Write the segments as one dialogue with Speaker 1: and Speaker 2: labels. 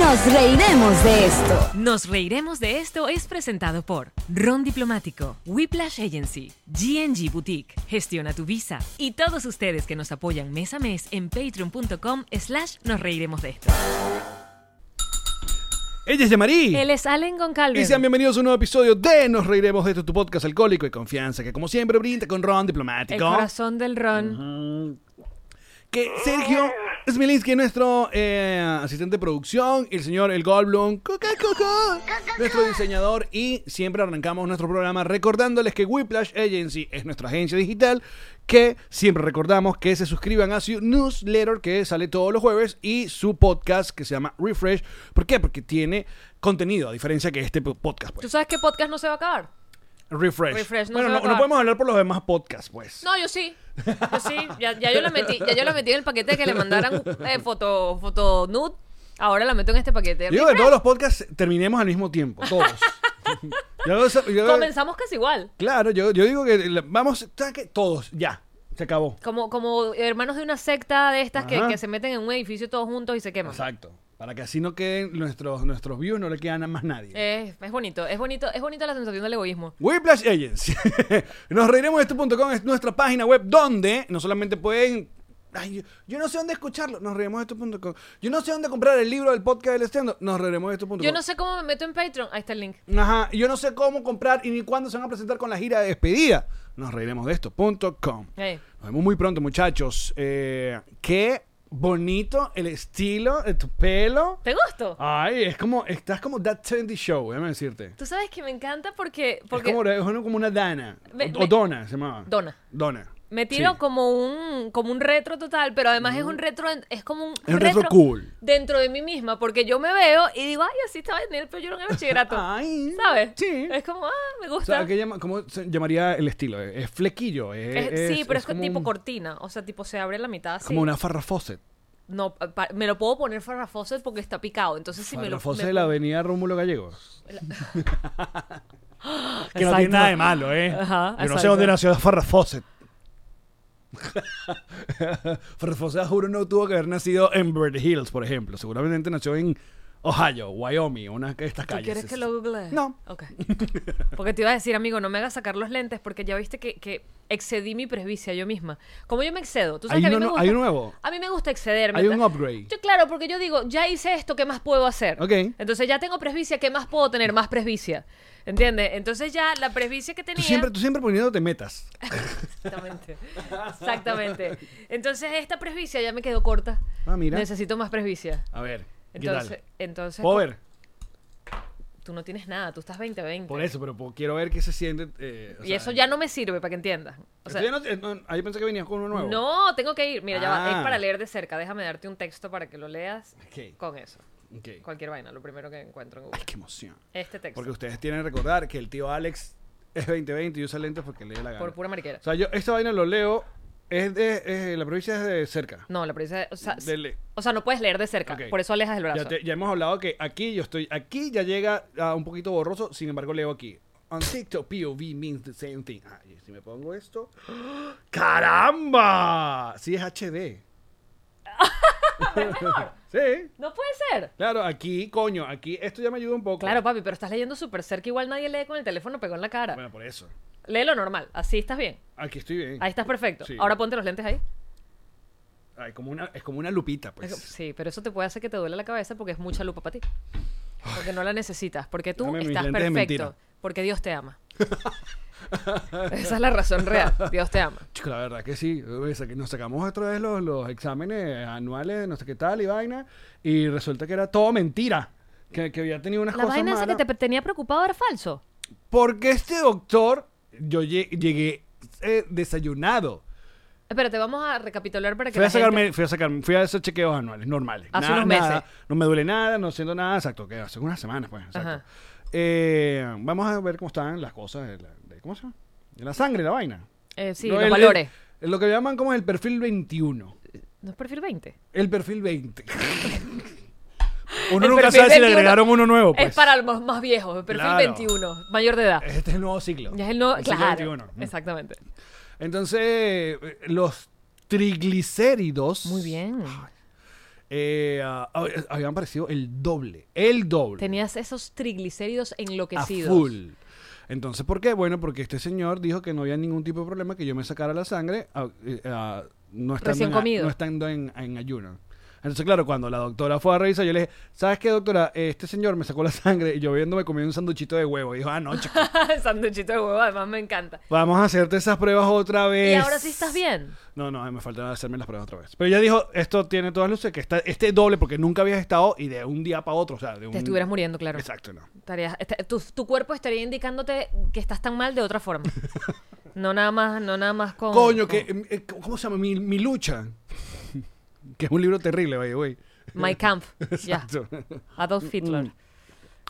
Speaker 1: Nos reiremos de esto.
Speaker 2: Nos reiremos de esto es presentado por Ron Diplomático, Whiplash Agency, GNG Boutique, Gestiona tu Visa y todos ustedes que nos apoyan mes a mes en patreon.com slash nos reiremos de esto.
Speaker 3: Ella es Yamari.
Speaker 2: Él es Allen Goncalves.
Speaker 3: Y sean bienvenidos a un nuevo episodio de Nos Reiremos de esto, tu podcast alcohólico y confianza, que como siempre brinda con Ron
Speaker 2: El
Speaker 3: Diplomático.
Speaker 2: corazón del Ron.
Speaker 3: Que Sergio Smilinski, nuestro eh, asistente de producción, y el señor El Goldblum, cuca, cuca, nuestro diseñador. Y siempre arrancamos nuestro programa recordándoles que Whiplash Agency es nuestra agencia digital, que siempre recordamos que se suscriban a su newsletter que sale todos los jueves y su podcast que se llama Refresh. ¿Por qué? Porque tiene contenido, a diferencia que este podcast. pues.
Speaker 4: ¿Tú sabes qué podcast no se va a acabar?
Speaker 3: Refresh.
Speaker 4: Refresh, no se va
Speaker 3: bueno, no,
Speaker 4: a
Speaker 3: no
Speaker 4: acabar.
Speaker 3: podemos hablar por los demás podcasts, pues.
Speaker 4: No, yo sí. Yo sí. Ya, ya yo la metí, ya yo la metí en el paquete de que le mandaran eh, foto, foto nude. Ahora la meto en este paquete.
Speaker 3: Yo digo que todos los podcasts terminemos al mismo tiempo, todos. Yo- yo- yo-
Speaker 4: Comenzamos casi igual.
Speaker 3: claro, yo, yo digo que la- vamos, ¿sabes qué? todos, ya, se acabó.
Speaker 4: Como, como hermanos de una secta de estas que,
Speaker 3: Ajá.
Speaker 4: que se meten en un edificio todos juntos y se queman.
Speaker 3: Exacto. Para que así no queden nuestros, nuestros views, no le quedan a más nadie.
Speaker 4: Eh, es bonito, es bonito, es bonita la sensación del egoísmo.
Speaker 3: Whiplash Agency. Nos reiremos de esto.com es nuestra página web donde no solamente pueden. Ay, yo, yo no sé dónde escucharlo. Nos reiremos de esto.com. Yo no sé dónde comprar el libro del podcast del estendo. Nos reiremos de esto.com.
Speaker 4: Yo no sé cómo me meto en Patreon. Ahí está el link.
Speaker 3: Ajá, y yo no sé cómo comprar y ni cuándo se van a presentar con la gira de despedida. Nos reiremos de esto.com.
Speaker 4: Eh.
Speaker 3: Nos vemos muy pronto, muchachos. Eh, qué bonito el estilo de tu pelo.
Speaker 4: ¿Te gusto?
Speaker 3: Ay, es como, estás como That 70 Show, déjame decirte.
Speaker 4: Tú sabes que me encanta porque, porque
Speaker 3: Es como, es uno como una Dana.
Speaker 4: Me-
Speaker 3: o,
Speaker 4: me-
Speaker 3: o Dona se llamaba.
Speaker 4: Dona.
Speaker 3: Dona.
Speaker 4: me tiro
Speaker 3: Sí.
Speaker 4: como un como un retro total, pero además es un retro, en- es como un,
Speaker 3: Es un retro cool.
Speaker 4: dentro de mí misma, porque yo me veo y digo, ay, así estaba en el pero yo no en el bachillerato.
Speaker 3: Ay.
Speaker 4: ¿Sabes?
Speaker 3: Sí.
Speaker 4: Es como, ah, me
Speaker 3: O
Speaker 4: gusta.
Speaker 3: sea, ¿qué llama- ¿cómo se llamaría el estilo? Es flequillo. es-
Speaker 4: Es- sí, pero es,
Speaker 3: como
Speaker 4: tipo
Speaker 3: un-
Speaker 4: cortina, o sea, tipo se abre la mitad así.
Speaker 3: Como una Farrah Fawcett.
Speaker 4: No, pa- me lo puedo poner Farrah Fawcett porque está picado, entonces si me
Speaker 3: Farrah
Speaker 4: lo
Speaker 3: Fawcett
Speaker 4: me
Speaker 3: de la
Speaker 4: pongo-
Speaker 3: avenida Rómulo Gallegos. que no tiene nada de malo, ¿eh?
Speaker 4: Ajá,
Speaker 3: Yo no sé
Speaker 4: exacto.
Speaker 3: dónde nació Farrah Fawcett. Farrah Fawcett, juro, no tuvo que haber nacido en Beverly Hills, por ejemplo. Seguramente nació en Ohio, Wyoming, una de estas
Speaker 4: ¿Tú
Speaker 3: calles.
Speaker 4: quieres que lo googlee?
Speaker 3: No.
Speaker 4: Ok. Porque te iba a decir, amigo, no me hagas sacar los lentes porque ya viste que, que excedí mi presbicia yo misma. Como yo me excedo, tú sabes
Speaker 3: Hay
Speaker 4: que a mí me
Speaker 3: uno nu-
Speaker 4: gusta...
Speaker 3: hay un nuevo.
Speaker 4: A mí me gusta excederme.
Speaker 3: Hay un upgrade.
Speaker 4: Yo, claro, porque yo digo, ya hice esto, ¿qué más puedo hacer?
Speaker 3: Ok.
Speaker 4: Entonces ya tengo presbicia, ¿qué más puedo tener? Más presbicia. ¿Entiendes? Entonces ya la presbicia que tenía...
Speaker 3: Tú siempre, tú siempre poniéndote metas.
Speaker 4: Exactamente. Exactamente. Entonces esta presbicia ya me quedó corta.
Speaker 3: Ah, mira.
Speaker 4: Necesito más presbicia.
Speaker 3: A ver, ¿qué
Speaker 4: Entonces,
Speaker 3: tal?
Speaker 4: entonces
Speaker 3: Puedo ver.
Speaker 4: tú no tienes nada, tú estás 20-20.
Speaker 3: Por eso, pero po- quiero ver qué se siente. eh, o
Speaker 4: Y
Speaker 3: sea,
Speaker 4: eso ya no me sirve, para que entiendas. O
Speaker 3: esto
Speaker 4: sea,
Speaker 3: ya no- eh, no, ahí pensé que venías con uno nuevo.
Speaker 4: no, tengo que ir. Mira, ya va.
Speaker 3: Ah.
Speaker 4: Es para leer de cerca. Déjame darte un texto para que lo leas
Speaker 3: Ok.
Speaker 4: con eso.
Speaker 3: Ok.
Speaker 4: Cualquier vaina, lo primero que encuentro en
Speaker 3: Ay,
Speaker 4: Google.
Speaker 3: qué emoción.
Speaker 4: Este texto.
Speaker 3: Porque ustedes tienen que recordar que el tío Alex es 2020 y usa lentes porque le da la gana.
Speaker 4: Por pura mariquera.
Speaker 3: O sea, yo esta vaina lo leo, es de, es- la provincia es de cerca.
Speaker 4: No, la pericia- O sea,
Speaker 3: Dele.
Speaker 4: o sea, no puedes leer de cerca.
Speaker 3: Ok.
Speaker 4: Por eso alejas el brazo.
Speaker 3: Ya, te- ya hemos hablado que aquí yo estoy, aquí ya llega a un poquito borroso, sin embargo leo aquí. On TikTok, POV means the same thing. Ay, si me pongo esto... ¡Caramba! Sí es HD. sí.
Speaker 4: No puede ser.
Speaker 3: Claro, aquí, coño, aquí esto ya me ayuda un poco.
Speaker 4: Claro, pues. papi, pero estás leyendo súper cerca. Igual nadie lee con el teléfono pegado en la cara.
Speaker 3: Bueno, por eso.
Speaker 4: Léelo normal. Así estás bien.
Speaker 3: Aquí estoy bien.
Speaker 4: Ahí estás perfecto.
Speaker 3: Sí.
Speaker 4: Ahora ponte los lentes ahí.
Speaker 3: Ay, como una, es como una lupita, pues.
Speaker 4: Sí, pero eso te puede hacer que te duele la cabeza porque es mucha lupa para ti. Porque no la necesitas. Porque tú
Speaker 3: Dame mis
Speaker 4: estás
Speaker 3: lentes de
Speaker 4: perfecto.
Speaker 3: mentira.
Speaker 4: Porque Dios te ama. Esa es la razón real. Dios te ama.
Speaker 3: Chico, la verdad que sí. Eh, sa- Nos sacamos otra vez los, los exámenes anuales de no sé qué tal y vaina. Y resulta que era todo mentira. Que, que había tenido unas
Speaker 4: La
Speaker 3: cosas
Speaker 4: vaina esa que
Speaker 3: malas.
Speaker 4: te tenía preocupado era falso.
Speaker 3: Porque este doctor, yo lle- llegué eh, desayunado.
Speaker 4: Espérate, vamos a recapitular para que
Speaker 3: Fui a,
Speaker 4: la gente-
Speaker 3: sacarme, fui a sacarme, fui a esos chequeos anuales, normales.
Speaker 4: Hace
Speaker 3: Nada-
Speaker 4: unos meses.
Speaker 3: nada, no me duele nada, no siento nada, exacto, que hace unas semanas, pues, exacto.
Speaker 4: Ajá.
Speaker 3: Eh, vamos a ver cómo están las cosas de la, de- ¿cómo se llama? De la sangre, la vaina.
Speaker 4: Eh, sí,
Speaker 3: Lo-
Speaker 4: los
Speaker 3: el-
Speaker 4: valores.
Speaker 3: el- lo que llaman como el perfil 21.
Speaker 4: ¿No es perfil 20?
Speaker 3: El perfil 20. uno
Speaker 4: El
Speaker 3: nunca
Speaker 4: perfil
Speaker 3: sabe si
Speaker 4: 21.
Speaker 3: le agregaron uno nuevo, pues.
Speaker 4: Es para los más viejos, el perfil
Speaker 3: Claro.
Speaker 4: 21, mayor de edad.
Speaker 3: Este es el nuevo ciclo.
Speaker 4: Ya es el no,
Speaker 3: ciclo
Speaker 4: claro.
Speaker 3: 21. Mm.
Speaker 4: Exactamente.
Speaker 3: Entonces, eh, los triglicéridos.
Speaker 4: Muy bien.
Speaker 3: eh, ah, ah, habían parecido el doble. El doble.
Speaker 4: Tenías esos triglicéridos
Speaker 3: a
Speaker 4: enloquecidos.
Speaker 3: full. Entonces, ¿por qué? Bueno, porque este señor dijo que no había ningún tipo de problema que yo me sacara la sangre ah, eh, ah, no estando,
Speaker 4: Recién
Speaker 3: en,
Speaker 4: comido.
Speaker 3: No estando en, en ayuno. Entonces, claro, cuando la doctora fue a revisar, yo le dije, ¿sabes qué, doctora? Este señor me sacó la sangre y yo viéndome comí un sanduchito de huevo. Y dijo, ah, no, chico,
Speaker 4: El sanduchito de huevo, además me encanta.
Speaker 3: vamos a hacerte esas pruebas otra
Speaker 4: Y
Speaker 3: vez.
Speaker 4: ahora sí estás bien.
Speaker 3: No, no, me faltaba hacerme las pruebas otra vez. Pero ella dijo, esto tiene todas luces, que está, este doble, porque nunca habías estado y de un día para otro, o sea, de un...
Speaker 4: Te estuvieras muriendo, claro.
Speaker 3: Exacto, no.
Speaker 4: Estarías- est- tu, tu cuerpo estaría indicándote que estás tan mal de otra forma. No nada más, no nada más con.
Speaker 3: Coño,
Speaker 4: con-
Speaker 3: que, eh, eh, ¿cómo se llama? Mi, Mi lucha. que es un libro terrible, vaya, güey.
Speaker 4: My Camp. Ya. Adolf
Speaker 3: Mm,
Speaker 4: Hitler.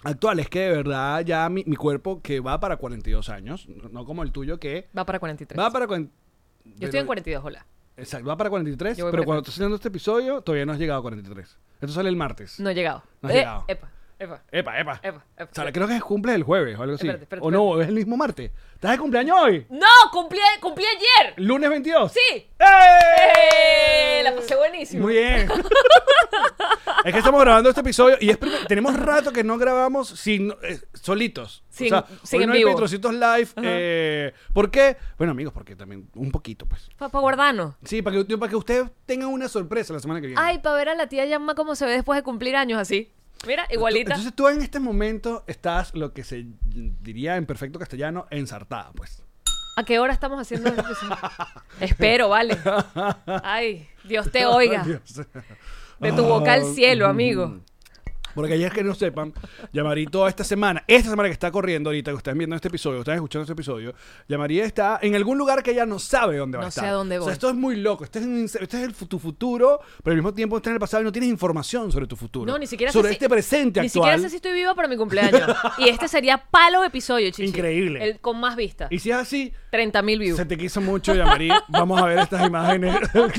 Speaker 3: Actual, es que de verdad ya mi, mi cuerpo que va para 42 años, no como el tuyo que
Speaker 4: Va para 43.
Speaker 3: va para... cuaren-
Speaker 4: Yo estoy en
Speaker 3: pero-
Speaker 4: 42, hola.
Speaker 3: Exacto, va para 43,
Speaker 4: Yo voy
Speaker 3: pero
Speaker 4: para
Speaker 3: cuando estás haciendo este episodio todavía no has llegado a 43. Esto sale el martes.
Speaker 4: No he llegado.
Speaker 3: No has
Speaker 4: Eh,
Speaker 3: llegado.
Speaker 4: Epa, epa.
Speaker 3: Epa, epa.
Speaker 4: Epa, epa.
Speaker 3: O sea, creo que cumple el jueves o algo así.
Speaker 4: Espérate, espérate,
Speaker 3: o no, es el mismo martes. ¿Estás de cumpleaños hoy?
Speaker 4: ¡No! ¡Cumplí, cumplí ayer!
Speaker 3: ¿Lunes 22?
Speaker 4: ¡Sí!
Speaker 3: ¡Eh!
Speaker 4: Eh, La pasé buenísimo.
Speaker 3: Muy bien. es que estamos grabando este episodio y es prim- tenemos rato que no grabamos sin, eh, solitos.
Speaker 4: Sin-
Speaker 3: o sea,
Speaker 4: sin
Speaker 3: hoy
Speaker 4: en
Speaker 3: no hay
Speaker 4: vivo.
Speaker 3: Petrocitos Live. eh, ¿Por qué? Bueno, amigos, porque también un poquito, pues.
Speaker 4: Papá guardano.
Speaker 3: Sí, para que, para que ustedes tengan una sorpresa la semana que viene.
Speaker 4: Ay, para ver a la tía Yamma cómo se ve después de cumplir años así. Mira, igualita.
Speaker 3: Entonces tú en este momento estás lo que se diría en perfecto castellano, ensartada, pues.
Speaker 4: ¿A qué hora estamos haciendo esto? Espero, vale. Ay, Dios te oiga.
Speaker 3: Dios.
Speaker 4: De tu boca al
Speaker 3: Ah,
Speaker 4: cielo,
Speaker 3: mm.
Speaker 4: amigo.
Speaker 3: Porque aquellos que no sepan, Yamari toda esta semana, esta semana que está corriendo ahorita, que están viendo este episodio, están escuchando este episodio, Yamari está en algún lugar que ella no sabe dónde va
Speaker 4: No
Speaker 3: a estar.
Speaker 4: sé a dónde
Speaker 3: O sea,
Speaker 4: voy.
Speaker 3: esto es muy loco. Este es, un- este es el, fu- tu futuro, pero al mismo tiempo está en el pasado y no tienes información sobre tu futuro.
Speaker 4: No, ni siquiera
Speaker 3: Sobre
Speaker 4: sé si-
Speaker 3: este presente
Speaker 4: Ni
Speaker 3: actual.
Speaker 4: siquiera sé si estoy viva para mi cumpleaños. Y este sería palo de episodio, chichi.
Speaker 3: Increíble.
Speaker 4: El con más vistas.
Speaker 3: Y si es así,
Speaker 4: 30.000 views.
Speaker 3: se te quiso mucho, Yamari. Vamos a ver estas imágenes.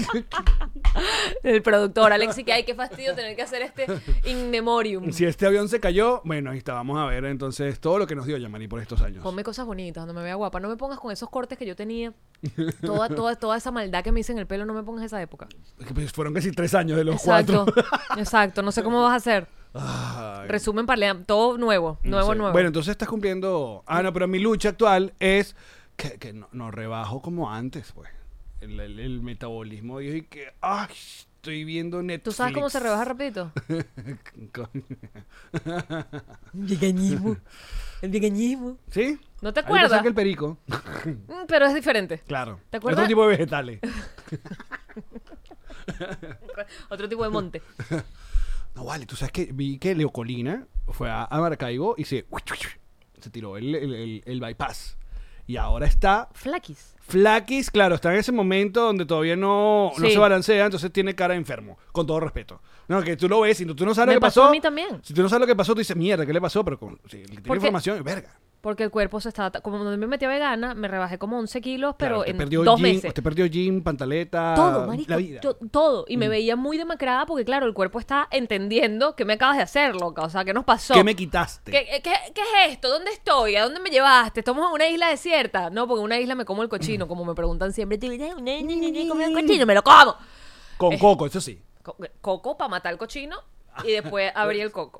Speaker 4: El productor, Alexi, que ay, qué fastidio tener que hacer este in memoriam.
Speaker 3: si este avión se cayó, bueno, ahí está. Vamos a ver entonces todo lo que nos dio Yamari por estos años.
Speaker 4: Ponme cosas bonitas, no me vea guapa. No me pongas con esos cortes que yo tenía. Toda, toda, toda esa maldad que me hice en el pelo, no me pongas esa época.
Speaker 3: Pues fueron casi tres años de los
Speaker 4: Exacto,
Speaker 3: cuatro.
Speaker 4: exacto. No sé cómo vas a hacer.
Speaker 3: Ay.
Speaker 4: Resumen, parlea, todo nuevo,
Speaker 3: No
Speaker 4: nuevo,
Speaker 3: sé.
Speaker 4: nuevo.
Speaker 3: Bueno, entonces estás cumpliendo. Ah, no, pero mi lucha actual es que, que no, no rebajo como antes, pues. El, el- el metabolismo dijo y que. ¡Ay! Estoy viendo Netflix.
Speaker 4: ¿Tú sabes cómo se rebaja rapidito?
Speaker 3: Con-
Speaker 4: Veganismo. El veganismo.
Speaker 3: ¿Sí?
Speaker 4: ¿No te
Speaker 3: Ahí saca
Speaker 4: acuerdas?
Speaker 3: el perico.
Speaker 4: Mm, Pero es diferente.
Speaker 3: Claro.
Speaker 4: ¿Te acuerdas?
Speaker 3: Otro tipo de vegetales.
Speaker 4: Otro tipo de monte.
Speaker 3: No, vale, tú sabes que vi que Leocolina fue a, a Maracaibo y se. Se tiró el, el- el- el bypass. Y ahora está
Speaker 4: Flaquis.
Speaker 3: Flaquis, claro, está en ese momento donde todavía no, no
Speaker 4: Sí.
Speaker 3: se balancea, entonces tiene cara de enfermo, con todo respeto. No, que tú lo ves y tú no sabes
Speaker 4: Me
Speaker 3: lo que
Speaker 4: pasó
Speaker 3: pasó.
Speaker 4: a mí también.
Speaker 3: Si tú no sabes lo que pasó, tú dices, mierda, ¿qué le pasó? Pero con, si le tiene
Speaker 4: Porque-
Speaker 3: información, verga.
Speaker 4: Porque el cuerpo se estaba... ta- Como cuando me metí a vegana, me rebajé como 11 kilos, pero
Speaker 3: Claro, te
Speaker 4: en
Speaker 3: perdió
Speaker 4: dos
Speaker 3: jean-
Speaker 4: meses.
Speaker 3: Te perdió jean, pantaleta,
Speaker 4: Todo, marico.
Speaker 3: la vida. Mm.
Speaker 4: yo- todo. Y me veía muy demacrada porque, claro, el cuerpo está entendiendo que me acabas de hacer, loca. O sea, ¿qué nos pasó?
Speaker 3: ¿Qué me quitaste?
Speaker 4: ¿Qué, qué, qué es esto? ¿Dónde estoy? ¿A dónde me llevaste? ¿Estamos en una isla desierta? No, porque en una isla me como el cochino, como me preguntan siempre. ¿Tú eres una isla donde comes el cochino? ¡Me lo como!
Speaker 3: Con
Speaker 4: Eh.
Speaker 3: coco, eso sí.
Speaker 4: Co- eh, Coco para matar el cochino
Speaker 3: Ah,
Speaker 4: y después abrí el coco.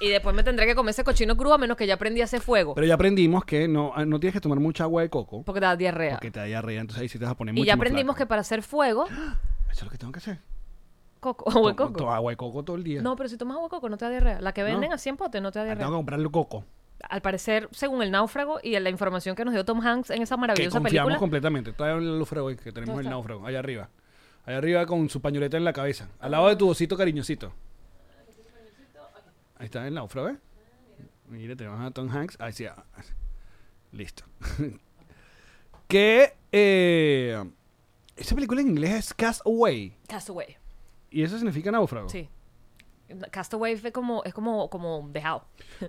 Speaker 4: Y después me tendré que comer ese cochino crudo a menos que ya aprendí a hacer fuego.
Speaker 3: Pero ya aprendimos que no, no tienes que tomar mucha agua de coco
Speaker 4: Porque da diarrea.
Speaker 3: porque te da diarrea, entonces ahí sí te vas a poner mucho
Speaker 4: Y ya
Speaker 3: más
Speaker 4: aprendimos que
Speaker 3: flaco.
Speaker 4: para hacer fuego,
Speaker 3: Eso es lo que tengo que hacer.
Speaker 4: coco, agua de
Speaker 3: Tomo
Speaker 4: coco.
Speaker 3: to- Agua de coco todo el día.
Speaker 4: No, pero si tomas agua de coco no te da diarrea. La que venden
Speaker 3: No.
Speaker 4: a 100 potes no te da
Speaker 3: Ah,
Speaker 4: diarrea.
Speaker 3: Tengo que comprarle coco.
Speaker 4: Al parecer, según el náufrago y la información que nos dio Tom Hanks en esa
Speaker 3: Que
Speaker 4: maravillosa
Speaker 3: confiamos
Speaker 4: película,
Speaker 3: completamente. Todavía el náufrago que tenemos
Speaker 4: ¿Dónde
Speaker 3: el
Speaker 4: está?
Speaker 3: náufrago, allá arriba. Allá arriba con su pañoleta en la cabeza. Al lado de tu osito cariñosito. Ahí está el náufrago, ¿eh? Mira, tenemos a Tom Hanks. Ahí sí. ah, así. Listo. que eh, esa película en inglés es Castaway.
Speaker 4: Castaway.
Speaker 3: Y eso significa náufrago.
Speaker 4: Sí. Castaway fue como, es como, como dejado.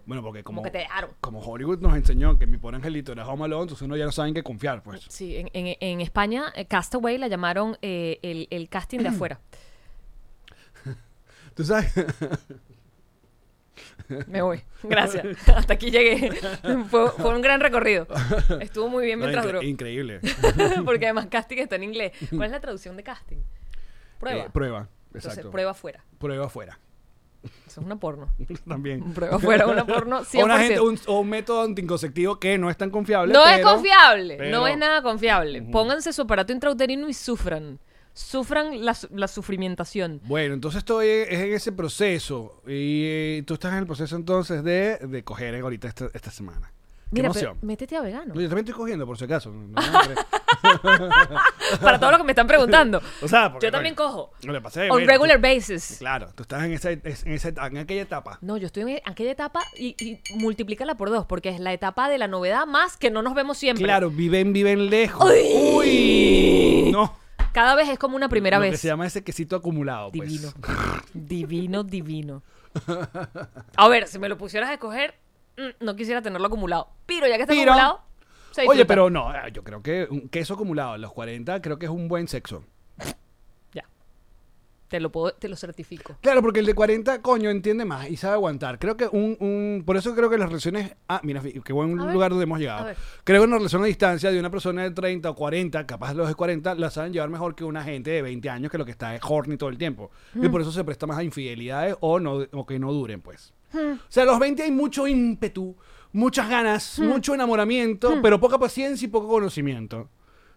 Speaker 3: Bueno, porque como,
Speaker 4: Como que te dejaron.
Speaker 3: como Hollywood nos enseñó que mi pobre angelito era Home Alone, entonces uno ya no sabe en qué confiar, pues.
Speaker 4: Sí, en, en- en España, eh, Castaway la llamaron eh, el, el casting de afuera.
Speaker 3: Tú sabes,
Speaker 4: Me voy. Gracias. Hasta aquí llegué. Fue, fue un gran recorrido. Estuvo muy bien
Speaker 3: No,
Speaker 4: mientras
Speaker 3: incre-
Speaker 4: duró.
Speaker 3: increíble.
Speaker 4: Porque además casting está en inglés. ¿Cuál es la traducción de casting? Prueba.
Speaker 3: Eh, prueba,
Speaker 4: Entonces,
Speaker 3: exacto.
Speaker 4: prueba afuera.
Speaker 3: Prueba afuera.
Speaker 4: Eso es una porno.
Speaker 3: También.
Speaker 4: Prueba afuera, una porno
Speaker 3: O,
Speaker 4: 100%.
Speaker 3: una gente- un, o un método anticonceptivo que no es tan confiable.
Speaker 4: no es
Speaker 3: pero-
Speaker 4: confiable.
Speaker 3: pero-
Speaker 4: No es nada confiable. Pónganse su aparato intrauterino y sufran. Sufran la, su- la sufrimientación.
Speaker 3: Bueno, entonces estoy es en ese proceso. Y eh, tú estás en el proceso entonces de, de coger eh, ahorita esta, esta semana. Qué
Speaker 4: Mira, pero
Speaker 3: emoción.
Speaker 4: métete a vegano.
Speaker 3: No, yo también estoy cogiendo, por si acaso. No, no, no,
Speaker 4: Para todo lo que me están preguntando.
Speaker 3: o sea, porque,
Speaker 4: Yo también
Speaker 3: coño,
Speaker 4: cojo.
Speaker 3: No le pasé.
Speaker 4: On
Speaker 3: bueno,
Speaker 4: regular
Speaker 3: tú-
Speaker 4: basis.
Speaker 3: Claro, tú estás en, esa, en, esa- en aquella etapa.
Speaker 4: No, yo estoy en aquella etapa y, y multiplícala por dos, porque es la etapa de la novedad más que no nos vemos siempre.
Speaker 3: Claro, viven, viven lejos. ¡Uy! No.
Speaker 4: Cada vez es como una primera
Speaker 3: Lo que
Speaker 4: vez.
Speaker 3: se llama ese quesito acumulado. pues.
Speaker 4: Divino. Divino, divino. A ver, si me lo pusieras a escoger, mm, no quisiera tenerlo acumulado. Pero ya que está
Speaker 3: Pero-
Speaker 4: acumulado, se
Speaker 3: Oye,
Speaker 4: disfruta.
Speaker 3: pero no, eh, yo creo que un queso acumulado a los 40 creo que es un buen sexo.
Speaker 4: Ya. Te lo puedo, te lo certifico.
Speaker 3: Claro, porque el de 40, coño, entiende más y sabe aguantar. Creo que un, un por eso creo que las relaciones, ah, mira, fi- qué buen
Speaker 4: A ver,
Speaker 3: lugar donde hemos
Speaker 4: a
Speaker 3: llegado.
Speaker 4: ver.
Speaker 3: Creo que una relación a distancia de una persona de 30 o 40, capaz los de 40, la saben llevar mejor que una gente de 20 años que lo que está es horny todo el tiempo.
Speaker 4: Mm.
Speaker 3: Y por eso se presta más a infidelidades o no o que no duren, pues. O sea, a los 20 hay mucho ímpetu, muchas ganas,
Speaker 4: Hmm.
Speaker 3: mucho enamoramiento, pero poca paciencia y poco conocimiento.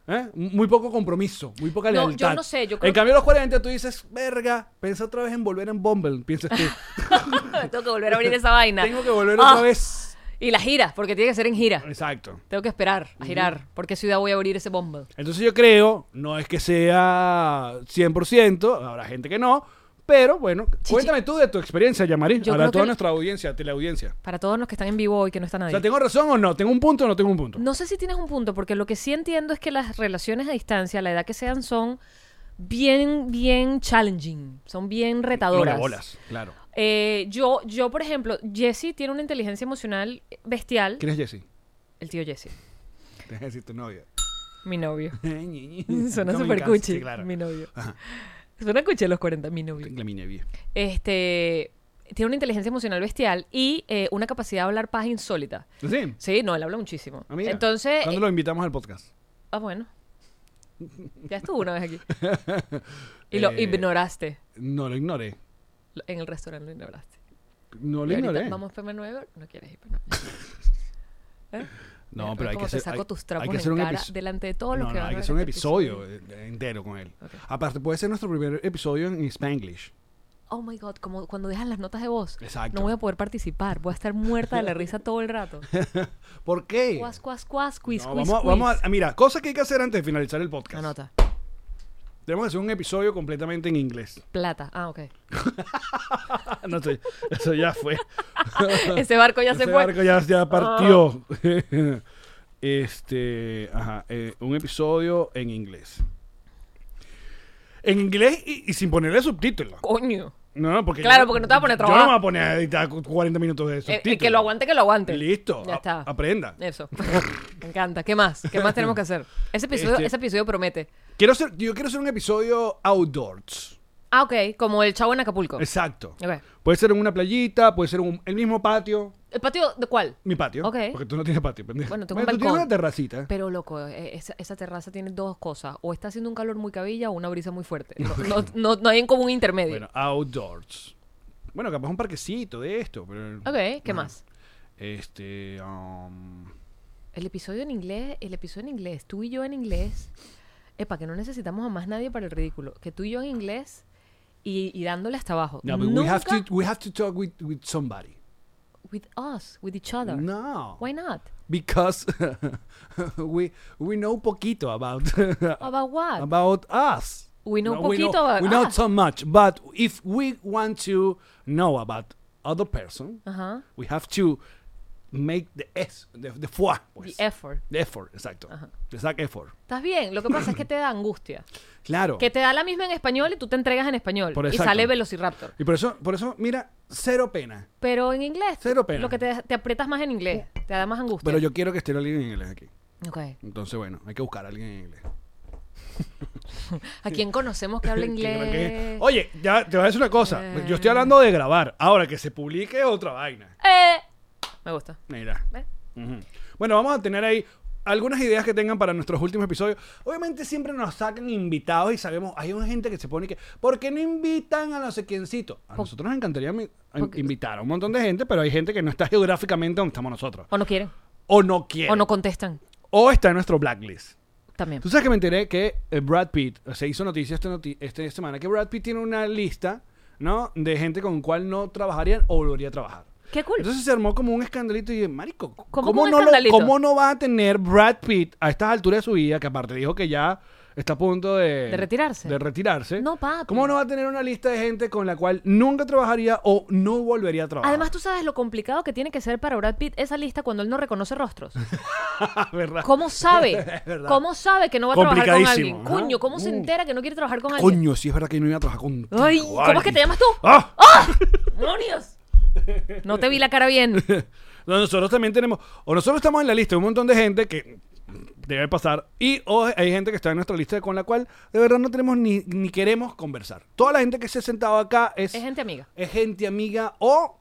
Speaker 3: ¿Eh? Muy poco compromiso, muy poca
Speaker 4: No, yo
Speaker 3: lealtad.
Speaker 4: no sé, yo
Speaker 3: En
Speaker 4: creo
Speaker 3: cambio, a los 40 tú dices, verga, piensa otra vez en volver en Bumble, piensas tú.
Speaker 4: Tengo que volver a abrir esa vaina.
Speaker 3: Tengo que volver
Speaker 4: Ah,
Speaker 3: otra vez.
Speaker 4: Y la gira, porque tiene que ser en gira.
Speaker 3: Exacto.
Speaker 4: Tengo que esperar a girar. ¿Por qué ciudad voy a abrir ese bombo?
Speaker 3: Entonces yo creo, no es que sea 100%, habrá gente que no, pero bueno, cuéntame tú de tu experiencia, Yamari,
Speaker 4: Yo
Speaker 3: para
Speaker 4: creo
Speaker 3: toda
Speaker 4: que-
Speaker 3: nuestra audiencia, teleaudiencia.
Speaker 4: Para todos los que están en vivo hoy, que no está
Speaker 3: O
Speaker 4: nadie.
Speaker 3: sea, ¿tengo razón o no? ¿Tengo un punto o no tengo un punto?
Speaker 4: No sé si tienes un punto, porque lo que sí entiendo es que las relaciones a distancia, a la edad que sean, son bien, bien challenging. Son bien retadoras.
Speaker 3: de bolas, claro.
Speaker 4: Eh, yo, yo, por ejemplo, Jesse tiene una inteligencia emocional bestial.
Speaker 3: ¿Quién es Jesse?
Speaker 4: El tío Jesse,
Speaker 3: Tienes que decir tu novia.
Speaker 4: mi novio. Suena
Speaker 3: Como en
Speaker 4: súper
Speaker 3: casa,
Speaker 4: cuchi.
Speaker 3: sí, claro.
Speaker 4: Mi novio.
Speaker 3: Ajá.
Speaker 4: Suena cuchi a los 40, mi novio.
Speaker 3: La miña bien.
Speaker 4: Este, tiene una inteligencia emocional bestial y eh, una capacidad de hablar paz insólita.
Speaker 3: ¿Sí?
Speaker 4: Sí, no, él habla muchísimo.
Speaker 3: Ah, mira.
Speaker 4: Entonces,
Speaker 3: ¿Cuándo
Speaker 4: eh,
Speaker 3: lo invitamos al podcast?
Speaker 4: ah, bueno. Ya estuvo una vez aquí. Y lo
Speaker 3: Eh,
Speaker 4: ignoraste.
Speaker 3: No lo ignoré.
Speaker 4: Lo- En el restaurante lo ignoraste.
Speaker 3: No
Speaker 4: Y
Speaker 3: lo
Speaker 4: ahorita
Speaker 3: ignoré.
Speaker 4: Vamos PM9, no quieres ir, pero no.
Speaker 3: No,
Speaker 4: Mira,
Speaker 3: pero hay
Speaker 4: cómo
Speaker 3: que hacer.
Speaker 4: te saco
Speaker 3: hay-
Speaker 4: tus
Speaker 3: hay
Speaker 4: trapos
Speaker 3: que
Speaker 4: en
Speaker 3: hacer un
Speaker 4: cara
Speaker 3: episodio.
Speaker 4: delante de todos los
Speaker 3: No,
Speaker 4: que
Speaker 3: no,
Speaker 4: van a
Speaker 3: hay que
Speaker 4: ver
Speaker 3: hacer un
Speaker 4: este
Speaker 3: episodio eh, entero con él.
Speaker 4: Ok.
Speaker 3: Aparte, puede ser nuestro primer episodio en Spanglish.
Speaker 4: Oh my god, como cuando dejan las notas de voz.
Speaker 3: eh. Exacto.
Speaker 4: No voy a poder participar, voy a estar muerta de la risa todo el rato.
Speaker 3: ¿Por qué?
Speaker 4: Cuas, cuas, cuas, quiz,
Speaker 3: No,
Speaker 4: quiz,
Speaker 3: vamos, a-
Speaker 4: quiz.
Speaker 3: vamos a, mira, cosas que hay que hacer antes de finalizar el podcast.
Speaker 4: Anota.
Speaker 3: Tenemos que hacer un episodio completamente en inglés. Ah,
Speaker 4: Plata. Ah, ok.
Speaker 3: No sé, eso ya fue.
Speaker 4: Ese barco ya se
Speaker 3: Ese
Speaker 4: fue. Ah.
Speaker 3: barco ya, ya partió. este, ajá, eh, un episodio en inglés. En inglés y, y sin ponerle subtítulos.
Speaker 4: Coño.
Speaker 3: No, no, porque
Speaker 4: Claro,
Speaker 3: yo-
Speaker 4: porque no te vas a poner a
Speaker 3: Yo
Speaker 4: trabajar.
Speaker 3: no me voy a poner a editar cu- 40 minutos de
Speaker 4: El-
Speaker 3: subtítulos.
Speaker 4: El, que lo aguante, que lo aguante.
Speaker 3: Listo. Ah,
Speaker 4: Ya
Speaker 3: a-
Speaker 4: está.
Speaker 3: Aprenda.
Speaker 4: Eso. Me encanta. ¿Qué más? ¿Qué más tenemos que hacer? Ese episodio,
Speaker 3: Este-
Speaker 4: ese episodio promete.
Speaker 3: Quiero hacer, yo quiero hacer un episodio outdoors.
Speaker 4: Ah, ok. Como el chavo en Acapulco.
Speaker 3: Exacto.
Speaker 4: Ok.
Speaker 3: Puede ser en una playita, puede ser en un- el mismo patio.
Speaker 4: ¿El patio de cuál?
Speaker 3: Mi patio.
Speaker 4: Ok.
Speaker 3: Porque tú no tienes patio, pendejo.
Speaker 4: Bueno, tengo un
Speaker 3: tú tienes
Speaker 4: balcón.
Speaker 3: una terracita.
Speaker 4: Pero loco, eh, esa, esa terraza tiene dos cosas. O está haciendo un calor muy cabilla o una brisa muy fuerte. No, no, no- no hay en común intermedio.
Speaker 3: Bueno, outdoors. Bueno, capaz un parquecito de esto. Pero,
Speaker 4: ok, ¿qué
Speaker 3: Ajá.
Speaker 4: más?
Speaker 3: Este. um,
Speaker 4: El episodio en inglés, el episodio en inglés, tú y yo en inglés. Epa, que no necesitamos a más nadie para el ridículo. Que tú y yo en inglés y, y dándole hasta abajo.
Speaker 3: No, but
Speaker 4: Nunca
Speaker 3: we have to we have to talk with with somebody.
Speaker 4: with us, with each other.
Speaker 3: No.
Speaker 4: Why not?
Speaker 3: Because we we know poquito about
Speaker 4: About what?
Speaker 3: about us.
Speaker 4: We know
Speaker 3: No,
Speaker 4: poquito about
Speaker 3: We know
Speaker 4: us.
Speaker 3: so much, but if we want to know about other person,
Speaker 4: Ajá.
Speaker 3: we have to make the S, the, the foie,
Speaker 4: The
Speaker 3: pues.
Speaker 4: effort.
Speaker 3: The effort, exacto. The exact effort.
Speaker 4: ¿Estás bien? Lo que pasa es que te da angustia.
Speaker 3: Claro.
Speaker 4: Que te da la misma en español y tú te entregas en español.
Speaker 3: Por
Speaker 4: y
Speaker 3: exacto.
Speaker 4: sale Velociraptor.
Speaker 3: Y por eso, por eso, mira, cero pena.
Speaker 4: Pero en inglés.
Speaker 3: Cero pena.
Speaker 4: Lo que te, te aprietas más en inglés. Te da más angustia.
Speaker 3: Pero yo quiero que esté alguien en inglés aquí.
Speaker 4: Ok.
Speaker 3: Entonces, bueno, hay que buscar a alguien en inglés.
Speaker 4: ¿A quién conocemos que habla
Speaker 3: Que- que-
Speaker 4: inglés?
Speaker 3: Oye, ya te voy a decir una cosa. Yo estoy hablando de grabar. Ahora que se publique es otra vaina.
Speaker 4: Eh, Me gusta.
Speaker 3: Mira.
Speaker 4: ¿Ves?
Speaker 3: Ujú. Bueno, vamos a tener ahí algunas ideas que tengan para nuestros últimos episodios. Obviamente siempre nos sacan invitados y sabemos, hay una gente que se pone que, ¿por qué no invitan a no sé quiéncito? A nosotros nos encantaría mi- a- invitar a un montón de gente, pero hay gente que no está geográficamente donde estamos nosotros.
Speaker 4: O no quieren.
Speaker 3: O no quiere.
Speaker 4: O no contestan.
Speaker 3: o está en nuestro blacklist.
Speaker 4: También.
Speaker 3: Tú sabes que me enteré que eh, Brad Pitt, se hizo noticia esta, noti- esta semana, que Brad Pitt tiene una lista, ¿no? De gente con cual no trabajarían o volvería a trabajar.
Speaker 4: Qué cool.
Speaker 3: Entonces se armó como un escandalito y dije, marico, ¿cómo,
Speaker 4: como un
Speaker 3: no lo-
Speaker 4: escandalito?
Speaker 3: ¿cómo no va a tener Brad Pitt a estas alturas de su vida, que aparte dijo que ya está a punto de...
Speaker 4: De retirarse.
Speaker 3: De retirarse.
Speaker 4: No, papi.
Speaker 3: ¿Cómo no va a tener una lista de gente con la cual nunca trabajaría o no volvería a trabajar?
Speaker 4: Además, tú sabes lo complicado que tiene que ser para Brad Pitt esa lista cuando él no reconoce rostros.
Speaker 3: ¿verdad?
Speaker 4: ¿Cómo sabe?
Speaker 3: Es verdad.
Speaker 4: ¿Cómo sabe que no va a trabajar con alguien?
Speaker 3: Complicadísimo, ajá.
Speaker 4: Coño, ¿cómo se
Speaker 3: Uh.
Speaker 4: entera que no quiere trabajar con alguien?
Speaker 3: Coño, sí es verdad que yo no iba a trabajar con...
Speaker 4: Ay, ¿cómo es que te llamas tú?
Speaker 3: ¡Ah!
Speaker 4: ¡Demonios! No te vi la cara bien.
Speaker 3: No, nosotros también tenemos, o nosotros estamos en la lista de un montón de gente que debe pasar, y o hay gente que está en nuestra lista con la cual de verdad no tenemos ni, ni queremos conversar. Toda la gente que se ha sentado acá es,
Speaker 4: Es gente amiga.
Speaker 3: es gente amiga o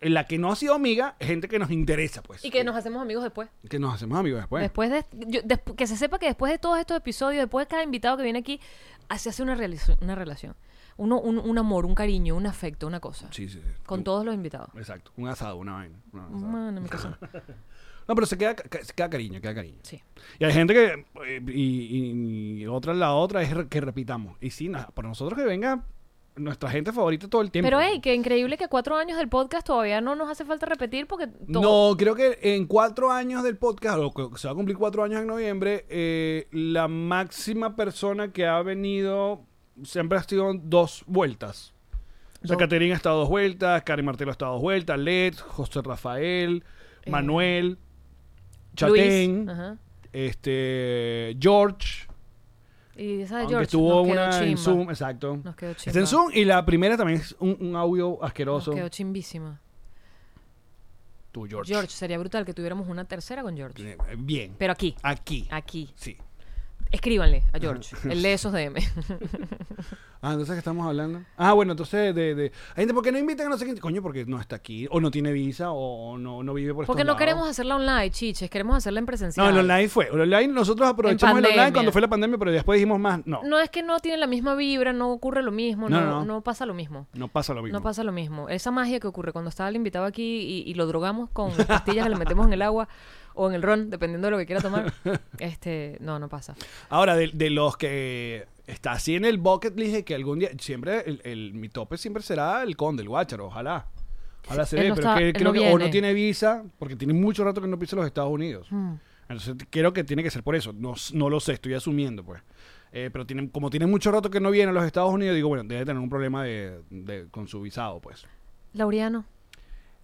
Speaker 3: en la que no ha sido amiga, es gente que nos interesa, pues.
Speaker 4: Y que nos hacemos amigos después.
Speaker 3: Que nos hacemos amigos después.
Speaker 4: Después de, yo- desp- que se sepa que después de todos estos episodios, después de cada invitado que viene aquí, ah, se hace una, realizo- una relación. Uno, un, un amor, un cariño, un afecto, una cosa.
Speaker 3: Sí, sí, sí.
Speaker 4: Con todos los invitados.
Speaker 3: Exacto, un asado, una vaina. una asada.
Speaker 4: Mano, mi cosa.
Speaker 3: No, pero se queda, ca- se queda cariño, queda cariño.
Speaker 4: Sí.
Speaker 3: Y hay gente que. eh, Y, y- y otra, la otra es re- que repitamos. Y sí, na- para nosotros que venga nuestra gente favorita todo el tiempo.
Speaker 4: Pero hey, qué increíble que cuatro años del podcast todavía no nos hace falta repetir porque todo-
Speaker 3: No, creo que en cuatro años del podcast, o que se va a cumplir cuatro años en noviembre, eh, la máxima persona que ha venido siempre ha sido dos vueltas. O sea,
Speaker 4: Dos.
Speaker 3: Caterina ha estado dos vueltas, Karen Martelo ha estado dos vueltas, Led, José Rafael, Manuel,
Speaker 4: Luis,
Speaker 3: Chatén,
Speaker 4: Eh. ajá.
Speaker 3: este, George.
Speaker 4: Y esa de
Speaker 3: Aunque
Speaker 4: George
Speaker 3: tuvo
Speaker 4: nos quedó
Speaker 3: una en
Speaker 4: chimba.
Speaker 3: Zoom, exacto.
Speaker 4: Nos quedó
Speaker 3: Está en
Speaker 4: chimba.
Speaker 3: Zoom y la primera también es un, un audio
Speaker 4: Nos
Speaker 3: asqueroso.
Speaker 4: quedó chimbísima.
Speaker 3: Tú, George. Eh,
Speaker 4: George. sería brutal que tuviéramos una tercera con George.
Speaker 3: Bien.
Speaker 4: Pero aquí,
Speaker 3: Aquí.
Speaker 4: aquí.
Speaker 3: Sí.
Speaker 4: Escríbanle a George. Él lee esos DM.
Speaker 3: Ah, entonces ¿qué estamos hablando. Ah, bueno, entonces de, de... Hay gente, ¿por qué no invitan a no sé quién? Coño, porque no está aquí, o no tiene visa, o no, no vive por estos
Speaker 4: Porque no
Speaker 3: lados.
Speaker 4: queremos hacerla online, chiches. Queremos hacerla en presencial.
Speaker 3: No, el online fue. El online, nosotros aprovechamos el online
Speaker 4: pandemia.
Speaker 3: cuando fue la pandemia, pero después dijimos más, no. No,
Speaker 4: No es que no tiene la misma vibra, no ocurre lo mismo,
Speaker 3: No,
Speaker 4: no,
Speaker 3: no.
Speaker 4: no pasa lo mismo.
Speaker 3: pasa lo mismo.
Speaker 4: No pasa lo mismo. Esa magia que ocurre cuando estaba el invitado aquí y, y lo drogamos con las pastillas que le metemos en el agua o en el ron, dependiendo de lo que quiera tomar. Este, no, no pasa.
Speaker 3: Ahora, de, de los que está así en el bucket list de que algún día, siempre, el, el- mi tope siempre será el conde, el guácharo, ojalá. Ojalá se
Speaker 4: Él
Speaker 3: dé,
Speaker 4: no
Speaker 3: pero
Speaker 4: está-
Speaker 3: que
Speaker 4: él
Speaker 3: creo
Speaker 4: no
Speaker 3: que o no
Speaker 4: viene.
Speaker 3: tiene visa, porque tiene mucho rato que no pisa los Estados Unidos.
Speaker 4: Mm.
Speaker 3: Entonces t- creo que tiene que ser por eso. No, s- no lo sé, estoy asumiendo, pues. Eh, pero tiene, como tiene mucho rato que no viene a los Estados Unidos, digo, bueno, debe tener un problema de, de- con su visado, pues.
Speaker 4: Laureano.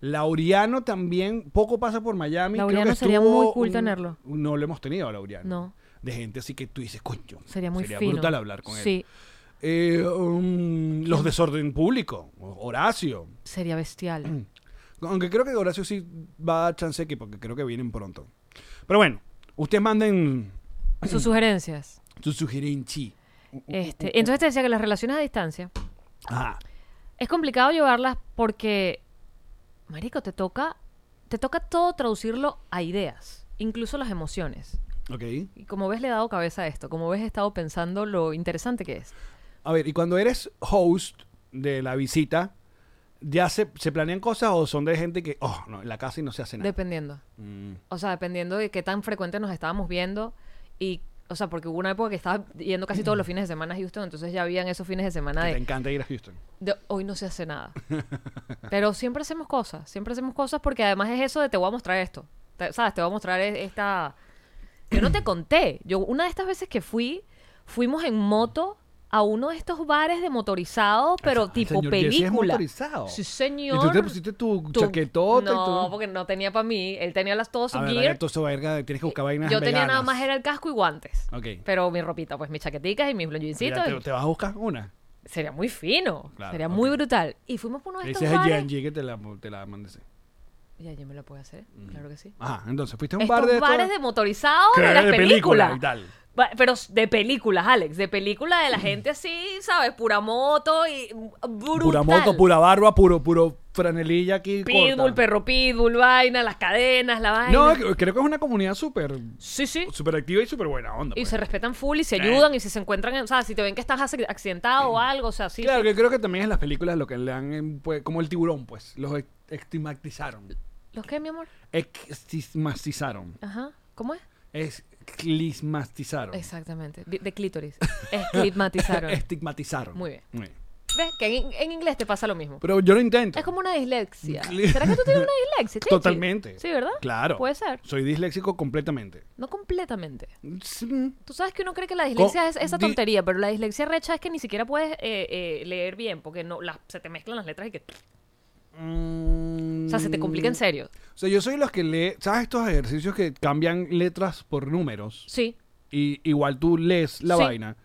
Speaker 3: Laureano también, poco pasa por Miami. creo que
Speaker 4: Laureano sería
Speaker 3: estuvo
Speaker 4: muy cool
Speaker 3: un-
Speaker 4: tenerlo.
Speaker 3: No lo hemos tenido a Laureano.
Speaker 4: No.
Speaker 3: De gente así que tú dices, coño.
Speaker 4: Sería muy fino.
Speaker 3: brutal hablar con él.
Speaker 4: Sí,
Speaker 3: Eh, um, los desorden público, Horacio.
Speaker 4: sería bestial.
Speaker 3: Aunque creo que Horacio sí va a dar chance aquí porque creo que vienen pronto. Pero bueno, ustedes manden
Speaker 4: Sus sugerencias.
Speaker 3: su sugerencia. uh,
Speaker 4: Este, entonces te decía que las relaciones a distancia
Speaker 3: Ajá.
Speaker 4: es complicado llevarlas porque, marico, te toca, te toca todo traducirlo a ideas, incluso las emociones.
Speaker 3: Ok.
Speaker 4: Y como ves, le he dado cabeza a esto. Como ves, he estado pensando lo interesante que es.
Speaker 3: A ver, y cuando eres host de la visita, ¿ya se, se planean cosas o son de gente que, oh, no, en la casa y no se hace nada?
Speaker 4: Dependiendo.
Speaker 3: Mm,
Speaker 4: O sea, dependiendo de qué tan frecuente nos estábamos viendo y O sea, porque hubo una época que estaba yendo casi todos los fines de semana a Houston, entonces ya habían esos fines de semana
Speaker 3: Que te
Speaker 4: de,
Speaker 3: encanta ir a Houston.
Speaker 4: de hoy no se hace nada. Pero siempre hacemos cosas, siempre hacemos cosas porque además es eso de te voy a mostrar esto. Te- ¿Sabes? Te voy a mostrar e- esta... Yo no te conté. Yo una de estas veces que fui, fuimos en moto a uno de estos bares de motorizado, pero
Speaker 3: Ah,
Speaker 4: tipo
Speaker 3: señor, ¿y ese es
Speaker 4: película.
Speaker 3: motorizado?
Speaker 4: Sí,
Speaker 3: Y
Speaker 4: señor.
Speaker 3: tú te pusiste tu chaquetota y
Speaker 4: No,
Speaker 3: todo.
Speaker 4: porque no tenía para mí. Él tenía las todo su
Speaker 3: A ver,
Speaker 4: gear.
Speaker 3: esto es verga, tienes que buscar vainas
Speaker 4: Yo tenía nada
Speaker 3: veganas.
Speaker 4: más era el casco y guantes.
Speaker 3: Ok.
Speaker 4: Pero mi ropita, pues mis chaqueticas y mis
Speaker 3: Mira,
Speaker 4: blonjincitos.
Speaker 3: te, te vas a buscar una.
Speaker 4: Sería muy fino.
Speaker 3: Claro,
Speaker 4: sería
Speaker 3: ok.
Speaker 4: muy brutal. Y fuimos por uno de
Speaker 3: Le
Speaker 4: estos
Speaker 3: dices a
Speaker 4: bares.
Speaker 3: G&G que te la, te la mandes.
Speaker 4: Y allí me lo puede hacer. Claro que sí.
Speaker 3: Ajá, entonces fuiste a Mm. un
Speaker 4: Estos
Speaker 3: bar de estos-
Speaker 4: bares de motorizado
Speaker 3: Que
Speaker 4: de
Speaker 3: era
Speaker 4: las
Speaker 3: de película
Speaker 4: películas.
Speaker 3: y tal.
Speaker 4: Ba- Pero de películas, Alex. De películas de la gente así, ¿sabes? Pura moto y mm, brutal.
Speaker 3: Pura moto, pura barba, puro, puro franelilla aquí.
Speaker 4: Pitbull,
Speaker 3: corta.
Speaker 4: perro pitbull, vaina, las cadenas, la vaina.
Speaker 3: No, que- creo que es una comunidad súper
Speaker 4: sí, sí.
Speaker 3: súper activa y súper buena onda.
Speaker 4: Y
Speaker 3: pues.
Speaker 4: se respetan full y se ayudan y si se encuentran, en- o sea, si te ven que estás ac- accidentado o algo, o sea, sí.
Speaker 3: claro,
Speaker 4: sí.
Speaker 3: que creo que también en las películas lo que le han, em, pues, como el tiburón, pues, los ex- estigmatizaron.
Speaker 4: ¿Los qué, mi amor?
Speaker 3: Estigmatizaron.
Speaker 4: Ajá. ¿Cómo es?
Speaker 3: Esclismatizaron.
Speaker 4: Exactamente. De, de clítoris. Escligmatizaron.
Speaker 3: Estigmatizaron.
Speaker 4: Muy bien. ¿Ves? Que en, en inglés te pasa lo mismo.
Speaker 3: Pero yo lo intento.
Speaker 4: Es como una dislexia.
Speaker 3: Cli-
Speaker 4: ¿Será que tú tienes una dislexia? Chichi?
Speaker 3: Totalmente.
Speaker 4: Sí, ¿verdad?
Speaker 3: Claro.
Speaker 4: Puede ser.
Speaker 3: Soy disléxico completamente.
Speaker 4: No completamente.
Speaker 3: Sí.
Speaker 4: Tú sabes que uno cree que la dislexia
Speaker 3: Co-
Speaker 4: es esa
Speaker 3: di-
Speaker 4: tontería, pero la dislexia recha es que ni siquiera puedes eh, eh, leer bien, porque no las- se te mezclan las letras y que... O sea, se te complica
Speaker 3: Mm.
Speaker 4: en serio.
Speaker 3: O sea, yo soy los que lee, ¿sabes estos ejercicios que cambian letras por números?
Speaker 4: Sí.
Speaker 3: Y igual tú lees la
Speaker 4: Sí.
Speaker 3: vaina.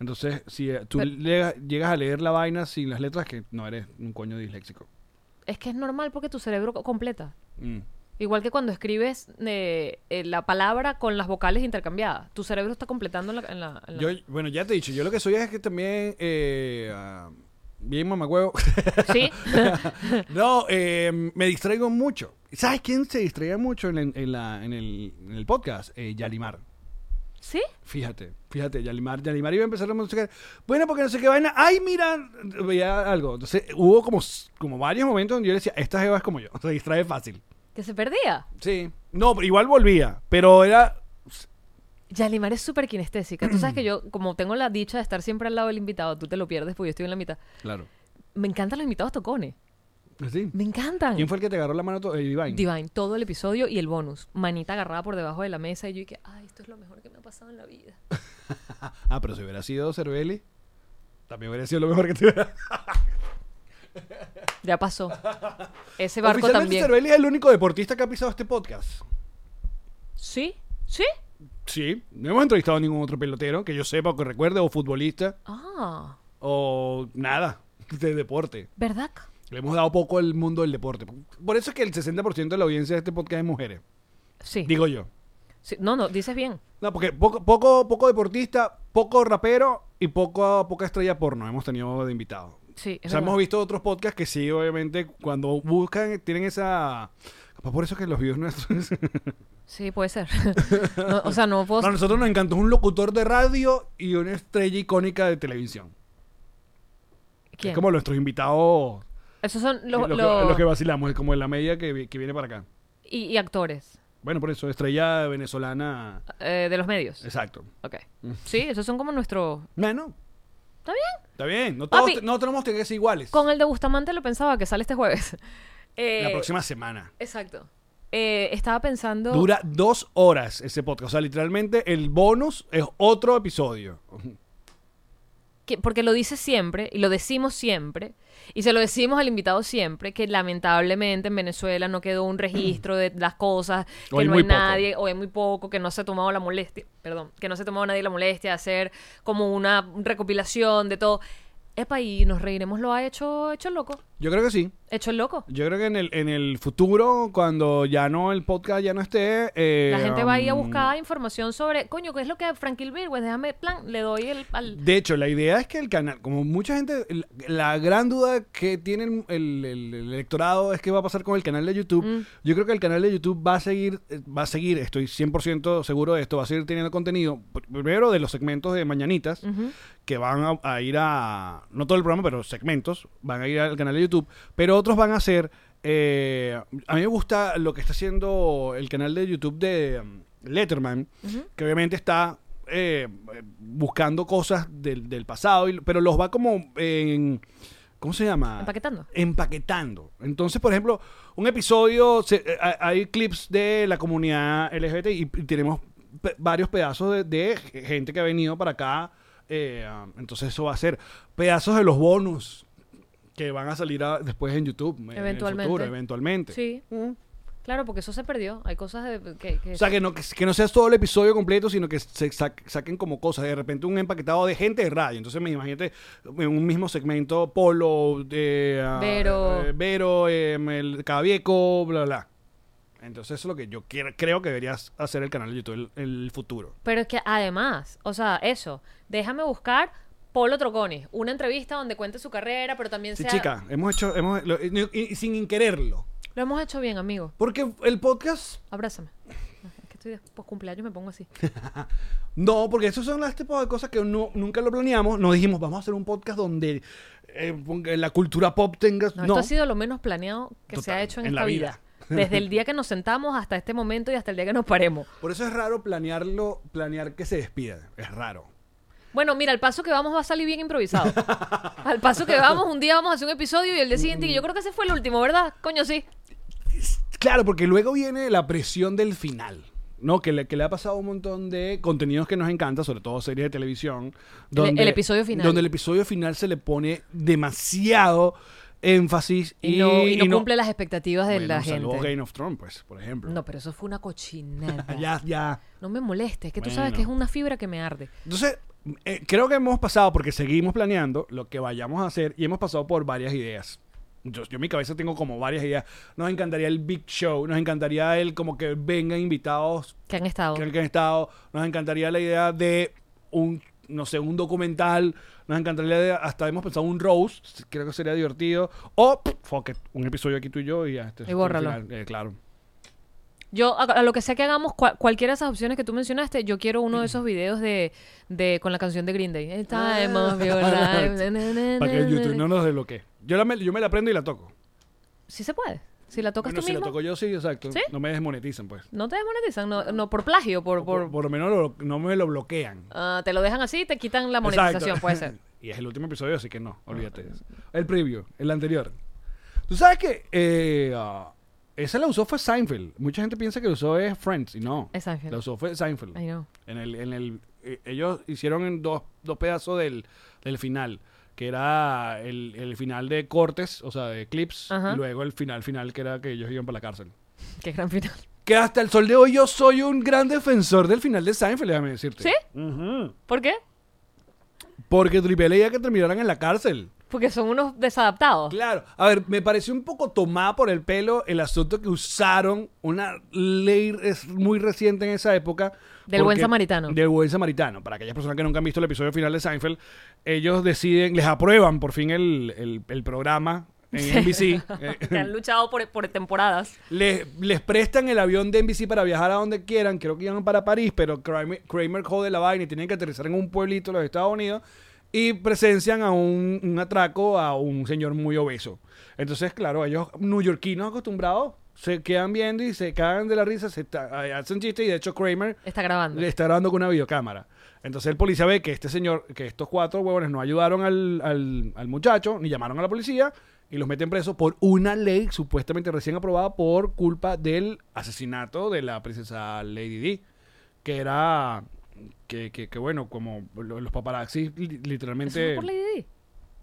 Speaker 3: Entonces, si eh, tú
Speaker 4: Pero-
Speaker 3: lega- llegas a leer la vaina sin las letras, que no eres un coño disléxico.
Speaker 4: Es que es normal porque tu cerebro co- completa.
Speaker 3: Mm.
Speaker 4: Igual que cuando escribes eh, eh, la palabra con las vocales intercambiadas. Tu cerebro está completando en la... en la- en la-
Speaker 3: Yo, bueno, ya te he dicho, yo lo que soy es que también, eh, ah, bien mamacuevo,
Speaker 4: ¿Sí?
Speaker 3: no, eh, me distraigo mucho. ¿Sabes quién se distraía mucho en, la- en la- en el, en el podcast? Eh, Yalimar.
Speaker 4: ¿Sí?
Speaker 3: Fíjate, fíjate, Yalimar, Yalimar iba a empezar a música. Bueno, porque no sé qué vaina. Ay, mira, veía algo. Entonces, hubo como, s- como varios momentos donde yo le decía, esta jeva es como yo, se distrae fácil.
Speaker 4: ¿Que se perdía?
Speaker 3: Sí. No, pero igual volvía, pero era.
Speaker 4: Yalimar es súper kinestésica. Tú sabes que yo, como tengo la dicha de estar siempre al lado del invitado, tú te lo pierdes porque yo estoy en la mitad.
Speaker 3: Claro. pues
Speaker 4: Me encantan los invitados tocones.
Speaker 3: Sí.
Speaker 4: Me encantan.
Speaker 3: ¿Quién fue el que te agarró la mano? to- eh, Divine.
Speaker 4: Divine, todo el episodio y el bonus. Manita agarrada por debajo de la mesa y yo dije, ay, esto es lo mejor que me ha pasado en la vida.
Speaker 3: Ah, pero si hubiera sido Cervelli, también hubiera sido lo mejor que te hubiera.
Speaker 4: Ya pasó. Ese barco
Speaker 3: Oficialmente,
Speaker 4: también.
Speaker 3: Cervelli es el único deportista que ha pisado este podcast.
Speaker 4: ¿Sí? ¿Sí?
Speaker 3: Sí. No hemos entrevistado a ningún otro pelotero que yo sepa o que recuerde, o futbolista,
Speaker 4: Ah,
Speaker 3: o nada de deporte.
Speaker 4: ¿verdad?
Speaker 3: Le hemos dado poco al mundo del deporte. Por eso es que el 60% de la audiencia de este podcast es mujeres.
Speaker 4: Sí.
Speaker 3: Digo yo.
Speaker 4: Sí. No, no, dices bien.
Speaker 3: No, porque poco, poco, poco deportista, poco rapero y poco, poca estrella porno hemos tenido de invitados.
Speaker 4: Sí, es
Speaker 3: o sea,
Speaker 4: verdad.
Speaker 3: hemos visto otros podcasts que sí, obviamente, cuando buscan, tienen esa... Capaz por eso que los videos nuestros...
Speaker 4: Sí, puede ser. No, o sea, no puedo...
Speaker 3: No, a nosotros nos encantó un locutor de radio y una estrella icónica de televisión.
Speaker 4: ¿Quién?
Speaker 3: Es como nuestros invitados,
Speaker 4: Esos son los...
Speaker 3: los,
Speaker 4: los-
Speaker 3: que, los que vacilamos, es como la media que, vi- que viene para acá.
Speaker 4: Y, y actores
Speaker 3: Bueno, por eso, estrella venezolana...
Speaker 4: eh, de los medios.
Speaker 3: Exacto.
Speaker 4: Ok.
Speaker 3: Mm.
Speaker 4: Sí, esos son como nuestros...
Speaker 3: Bueno,
Speaker 4: ¿Está bien?
Speaker 3: está bien. No,
Speaker 4: Papi.
Speaker 3: todos te- no tenemos que ser iguales.
Speaker 4: Con el de Bustamante lo pensaba, que sale este jueves. Eh,
Speaker 3: La próxima semana.
Speaker 4: Exacto. Eh, estaba pensando...
Speaker 3: Dura dos horas ese podcast. O sea, literalmente el bonus es otro episodio.
Speaker 4: que- porque lo dice siempre y lo decimos siempre y se lo decimos al invitado siempre que lamentablemente en Venezuela no quedó un registro de las cosas que
Speaker 3: O hay
Speaker 4: no
Speaker 3: muy
Speaker 4: hay
Speaker 3: poco.
Speaker 4: nadie o hay muy poco que no se ha tomado la molestia perdón que no se ha tomado nadie la molestia de hacer como una recopilación de todo epa y nos reiremos lo ha hecho hecho el loco
Speaker 3: Yo creo que sí.
Speaker 4: hecho el loco
Speaker 3: Yo creo que en el, en el futuro, cuando ya no el podcast ya no esté. eh,
Speaker 4: la gente va a ir a
Speaker 3: um,
Speaker 4: buscar información sobre coño qué es lo que Frankie Virgüez déjame plan le doy el al-
Speaker 3: De hecho, la idea es que el canal, como mucha gente, el- la gran duda que tiene el, el- el- el electorado es qué va a pasar con el canal de YouTube. Yo creo que el canal de YouTube va a seguir, eh, va a seguir, estoy 100% seguro de esto, va a seguir teniendo contenido, pr- primero de los segmentos de Mañanitas, que van a, a ir a, no todo el programa, pero segmentos, van a ir al canal de YouTube, pero otros van a ser, eh, a mí me gusta lo que está haciendo el canal de YouTube de mm, Letterman, que obviamente está eh, buscando cosas del, del pasado, y- pero los va como en... ¿Cómo se llama?
Speaker 4: Empaquetando.
Speaker 3: Empaquetando. Entonces, por ejemplo, un episodio, se- eh, hay- hay clips de la comunidad LGBT y, y tenemos pe- varios pedazos de, de gente que ha venido para acá. eh, ah, entonces eso va a ser pedazos de los bonus que van a salir a- después en YouTube. en el
Speaker 4: Eventualmente.
Speaker 3: futuro, eventualmente.
Speaker 4: Sí. mm. Claro, porque eso se perdió. Hay cosas de- que, que-
Speaker 3: O sea, que no, que, que no sea todo el episodio completo, sino que se sa- saquen como cosas. De repente un empaquetado de gente de radio. Entonces, me imagínate en un mismo segmento, Polo, eh, ah,
Speaker 4: Vero.
Speaker 3: eh, Vero, em, el Cabieco, bla, bla. Entonces, eso es lo que yo quiero- creo que deberías hacer el canal de YouTube el, el futuro.
Speaker 4: Pero es que además, o sea, eso, déjame buscar Polo Troconis, una entrevista donde cuente su carrera, pero también
Speaker 3: Sí,
Speaker 4: sea...
Speaker 3: chica, hemos hecho, hemos, lo- y- y- y sin quererlo.
Speaker 4: Lo hemos hecho bien, amigo.
Speaker 3: Porque el podcast,
Speaker 4: Abrázame. Es que estoy de pues, cumpleaños, me pongo así.
Speaker 3: no, porque esos son las tipos de cosas que no- nunca lo planeamos. Nos dijimos, vamos a hacer un podcast donde eh, ponga- la cultura pop tenga...
Speaker 4: No, esto ha sido lo menos planeado que se ha
Speaker 3: Total,
Speaker 4: hecho en,
Speaker 3: en
Speaker 4: esta
Speaker 3: la
Speaker 4: vida.
Speaker 3: vida.
Speaker 4: Desde el día que nos sentamos hasta este momento y hasta el día que nos paremos.
Speaker 3: Por eso es raro planearlo, planear que se despida. Es raro.
Speaker 4: Bueno, mira, al paso que vamos va a salir bien improvisado. al paso que vamos, un día vamos a hacer un episodio y el día siguiente,
Speaker 3: Mm.
Speaker 4: y yo creo que ese fue el último, ¿verdad? Coño, sí.
Speaker 3: Claro, porque luego viene la presión del final. ¿no? Que, le, que le ha pasado a un montón de contenidos que nos encanta, sobre todo series de televisión. Donde,
Speaker 4: el episodio final.
Speaker 3: Donde el episodio final se le pone demasiado énfasis
Speaker 4: Y,
Speaker 3: y,
Speaker 4: no, y no
Speaker 3: y no-
Speaker 4: cumple las expectativas de
Speaker 3: Bueno,
Speaker 4: la
Speaker 3: salvo
Speaker 4: gente.
Speaker 3: Game of Thrones, pues, por ejemplo.
Speaker 4: No, pero eso fue una cochinada.
Speaker 3: Ya, ya.
Speaker 4: No me molestes, que tú sabes
Speaker 3: Bueno.
Speaker 4: que es una fibra que me arde.
Speaker 3: Entonces, eh, creo que hemos pasado, porque seguimos planeando lo que vayamos a hacer y hemos pasado por varias ideas. Yo, yo en mi cabeza tengo como varias ideas. Nos encantaría el Big Show, nos encantaría el como que vengan invitados
Speaker 4: Que han estado.
Speaker 3: que, que han estado, nos encantaría la idea de un, no sé, un documental, nos encantaría la idea, hasta hemos pensado un roast, creo que sería divertido, o, pff, fuck it, un episodio aquí tú y yo y ya. Este,
Speaker 4: Y bórralo.
Speaker 3: al final, eh, claro.
Speaker 4: Yo, a, a lo que sea que hagamos, cua- cualquiera de esas opciones que tú mencionaste, yo quiero uno de esos videos de, de con la canción de Green Day. El time of your life. Na, na, na,
Speaker 3: Ah, Para que
Speaker 4: na,
Speaker 3: YouTube
Speaker 4: na.
Speaker 3: no nos desbloquee. Yo, la me, yo me la aprendo y la toco.
Speaker 4: Sí se puede. Si la tocas
Speaker 3: Bueno,
Speaker 4: tú
Speaker 3: si la
Speaker 4: mismo,
Speaker 3: toco yo, sí, exacto.
Speaker 4: ¿Sí?
Speaker 3: No me desmonetizan, pues.
Speaker 4: no te desmonetizan. No, no por plagio, por... por,
Speaker 3: Por, por lo menos lo- no me lo bloquean.
Speaker 4: ah, te lo dejan así y te quitan la
Speaker 3: Exacto.
Speaker 4: monetización, puede ser. Ah,
Speaker 3: y es el último episodio, así que no, olvídate. de eso. El preview, el anterior. Tú sabes que eh, ah, esa la usó fue Seinfeld. Mucha gente piensa que la usó es Friends y no.
Speaker 4: Es Seinfeld.
Speaker 3: La usó fue Seinfeld.
Speaker 4: I know.
Speaker 3: En el, en el, eh, ellos hicieron en dos, dos pedazos del, del final, que era el, el final de cortes, o sea, de clips,
Speaker 4: Ajá.
Speaker 3: y luego el final final que era que ellos iban para la cárcel.
Speaker 4: Qué gran final.
Speaker 3: Que hasta el sol de hoy yo soy un gran defensor del final de Seinfeld, déjame decirte.
Speaker 4: ¿Sí? ¿Por qué?
Speaker 3: Porque Tripel ya que terminaran en la cárcel.
Speaker 4: Porque son unos desadaptados.
Speaker 3: Claro. A ver, me pareció un poco tomada por el pelo el asunto que usaron una ley es muy reciente en esa época.
Speaker 4: Del buen
Speaker 3: porque-
Speaker 4: samaritano.
Speaker 3: Del buen samaritano. Para aquellas personas que nunca han visto el episodio final de Seinfeld, ellos deciden, les aprueban por fin el, el- el programa en NBC.
Speaker 4: Que
Speaker 3: Eh,
Speaker 4: han luchado por, por temporadas.
Speaker 3: les, les prestan el avión de NBC para viajar a donde quieran. Creo que iban para París, pero Kramer, Kramer jode la vaina y tienen que aterrizar en un pueblito de los Estados Unidos. Y presencian a un, un atraco a un señor muy obeso. Entonces, claro, ellos neoyorquinos acostumbrados se quedan viendo y se cagan de la risa, se ta- hacen chistes y de hecho Kramer
Speaker 4: Está grabando.
Speaker 3: le está grabando con una videocámara. Entonces el policía ve que este señor, que estos cuatro huevones no ayudaron al, al- al muchacho, ni llamaron a la policía, y los meten presos por una ley supuestamente recién aprobada por culpa del asesinato de la princesa Lady Di, que era... Que, que, que, bueno, como lo- los paparazzis li-
Speaker 4: Eso fue
Speaker 3: literalmente...
Speaker 4: por Lady Di.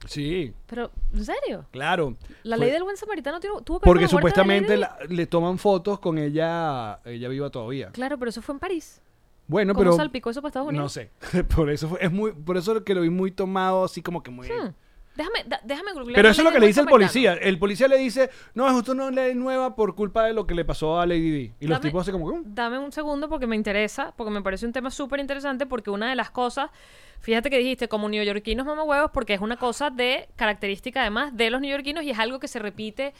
Speaker 3: Sí,
Speaker 4: Pero, ¿en serio?
Speaker 3: claro.
Speaker 4: La
Speaker 3: Fue-
Speaker 4: ley del buen samaritano tuvo tuvo que ver
Speaker 3: Porque
Speaker 4: con la muerte de
Speaker 3: supuestamente
Speaker 4: Lady Di.
Speaker 3: la- le toman fotos con ella, ella viva todavía.
Speaker 4: Claro, pero eso fue en París.
Speaker 3: Bueno,
Speaker 4: ¿Cómo
Speaker 3: pero...
Speaker 4: salpicó eso para Estados Unidos?
Speaker 3: No sé. por eso fue- es muy, por eso que lo vi muy tomado, así como que muy.
Speaker 4: Hmm. Déjame, da- déjame googlear
Speaker 3: Pero
Speaker 4: la
Speaker 3: eso es
Speaker 4: ley
Speaker 3: lo que
Speaker 4: del
Speaker 3: le
Speaker 4: buen
Speaker 3: dice el
Speaker 4: samaritano.
Speaker 3: policía. El policía le dice, no, es justo una ley nueva por culpa de lo que le pasó a Lady Di. Y los
Speaker 4: Dame-
Speaker 3: tipos así como que. "Mm".
Speaker 4: Dame un segundo porque me interesa, porque me parece un tema súper interesante, porque una de las cosas, fíjate que dijiste, como neoyorquinos mamahuevos, porque es una cosa de característica además de los neoyorquinos y es algo que se repite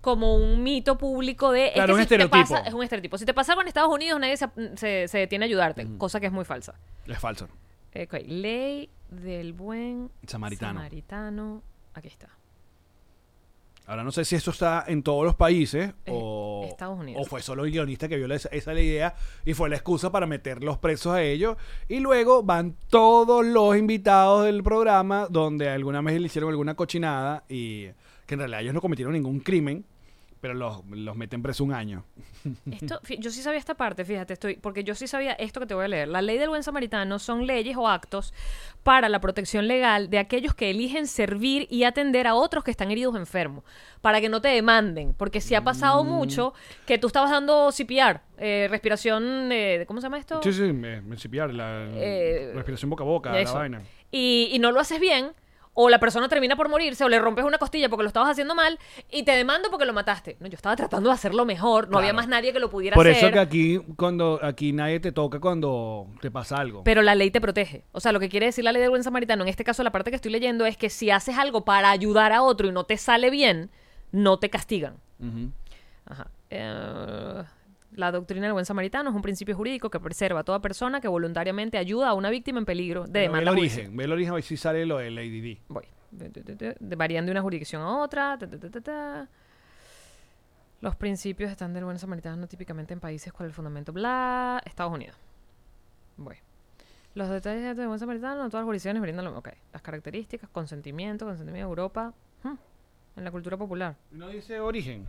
Speaker 4: como un mito público de...
Speaker 3: Claro,
Speaker 4: es que si
Speaker 3: un
Speaker 4: te
Speaker 3: estereotipo.
Speaker 4: pasa- es un estereotipo. Si te pasa algo en Estados Unidos, nadie se, se- se detiene a ayudarte, cosa que es muy falsa.
Speaker 3: Es falso.
Speaker 4: Eh, ok, Ley del buen
Speaker 3: Samaritano.
Speaker 4: samaritano. Aquí está.
Speaker 3: Ahora no sé si esto está en todos los países o,
Speaker 4: Eh, Estados Unidos.
Speaker 3: o fue solo el guionista que vio la- esa, esa la idea y fue la excusa para meterlos presos a ellos. Y luego van todos los invitados del programa donde alguna vez le hicieron alguna cochinada y que en realidad ellos no cometieron ningún crimen, pero los, los meten presos un año.
Speaker 4: Esto, fí- yo sí sabía esta parte, fíjate, estoy, porque yo sí sabía esto que te voy a leer. La ley del buen samaritano son leyes o actos para la protección legal de aquellos que eligen servir y atender a otros que están heridos o enfermos, para que no te demanden, porque si ha
Speaker 3: Mm.
Speaker 4: pasado mucho que tú estabas dando CPR, eh, respiración, eh, ¿cómo se llama esto?
Speaker 3: Sí, sí, me, me cipiar, la
Speaker 4: Eh,
Speaker 3: respiración boca a boca,
Speaker 4: Eso.
Speaker 3: la vaina.
Speaker 4: Y, y no lo haces bien, o la persona termina por morirse, o le rompes una costilla porque lo estabas haciendo mal, y te demando porque lo mataste. No, yo estaba tratando de hacerlo mejor, no había más nadie que lo pudiera
Speaker 3: Por
Speaker 4: hacer.
Speaker 3: eso que aquí, cuando, aquí nadie te toca cuando te pasa algo.
Speaker 4: Pero la ley te protege. O sea, lo que quiere decir la ley del buen samaritano, en este caso la parte que estoy leyendo, es que si haces algo para ayudar a otro y no te sale bien, no te castigan. Ajá. Eh, la doctrina del buen samaritano es un principio jurídico que preserva a toda persona que voluntariamente ayuda a una víctima en peligro de
Speaker 3: Pero ve el
Speaker 4: demanda. judicial.
Speaker 3: origen, ve el origen a ver si sale lo de Lady D.
Speaker 4: Voy. De- de- de- de- de- varían de una jurisdicción a otra. ta, ta, ta, ta, ta. Los principios están del buen samaritano típicamente en países con el fundamento bla. Estados Unidos. Voy. Los detalles del buen samaritano, todas las jurisdicciones brindan lo mismo. Ok. Las características, consentimiento, consentimiento de Europa. Hmm. En la cultura popular.
Speaker 3: No dice origen.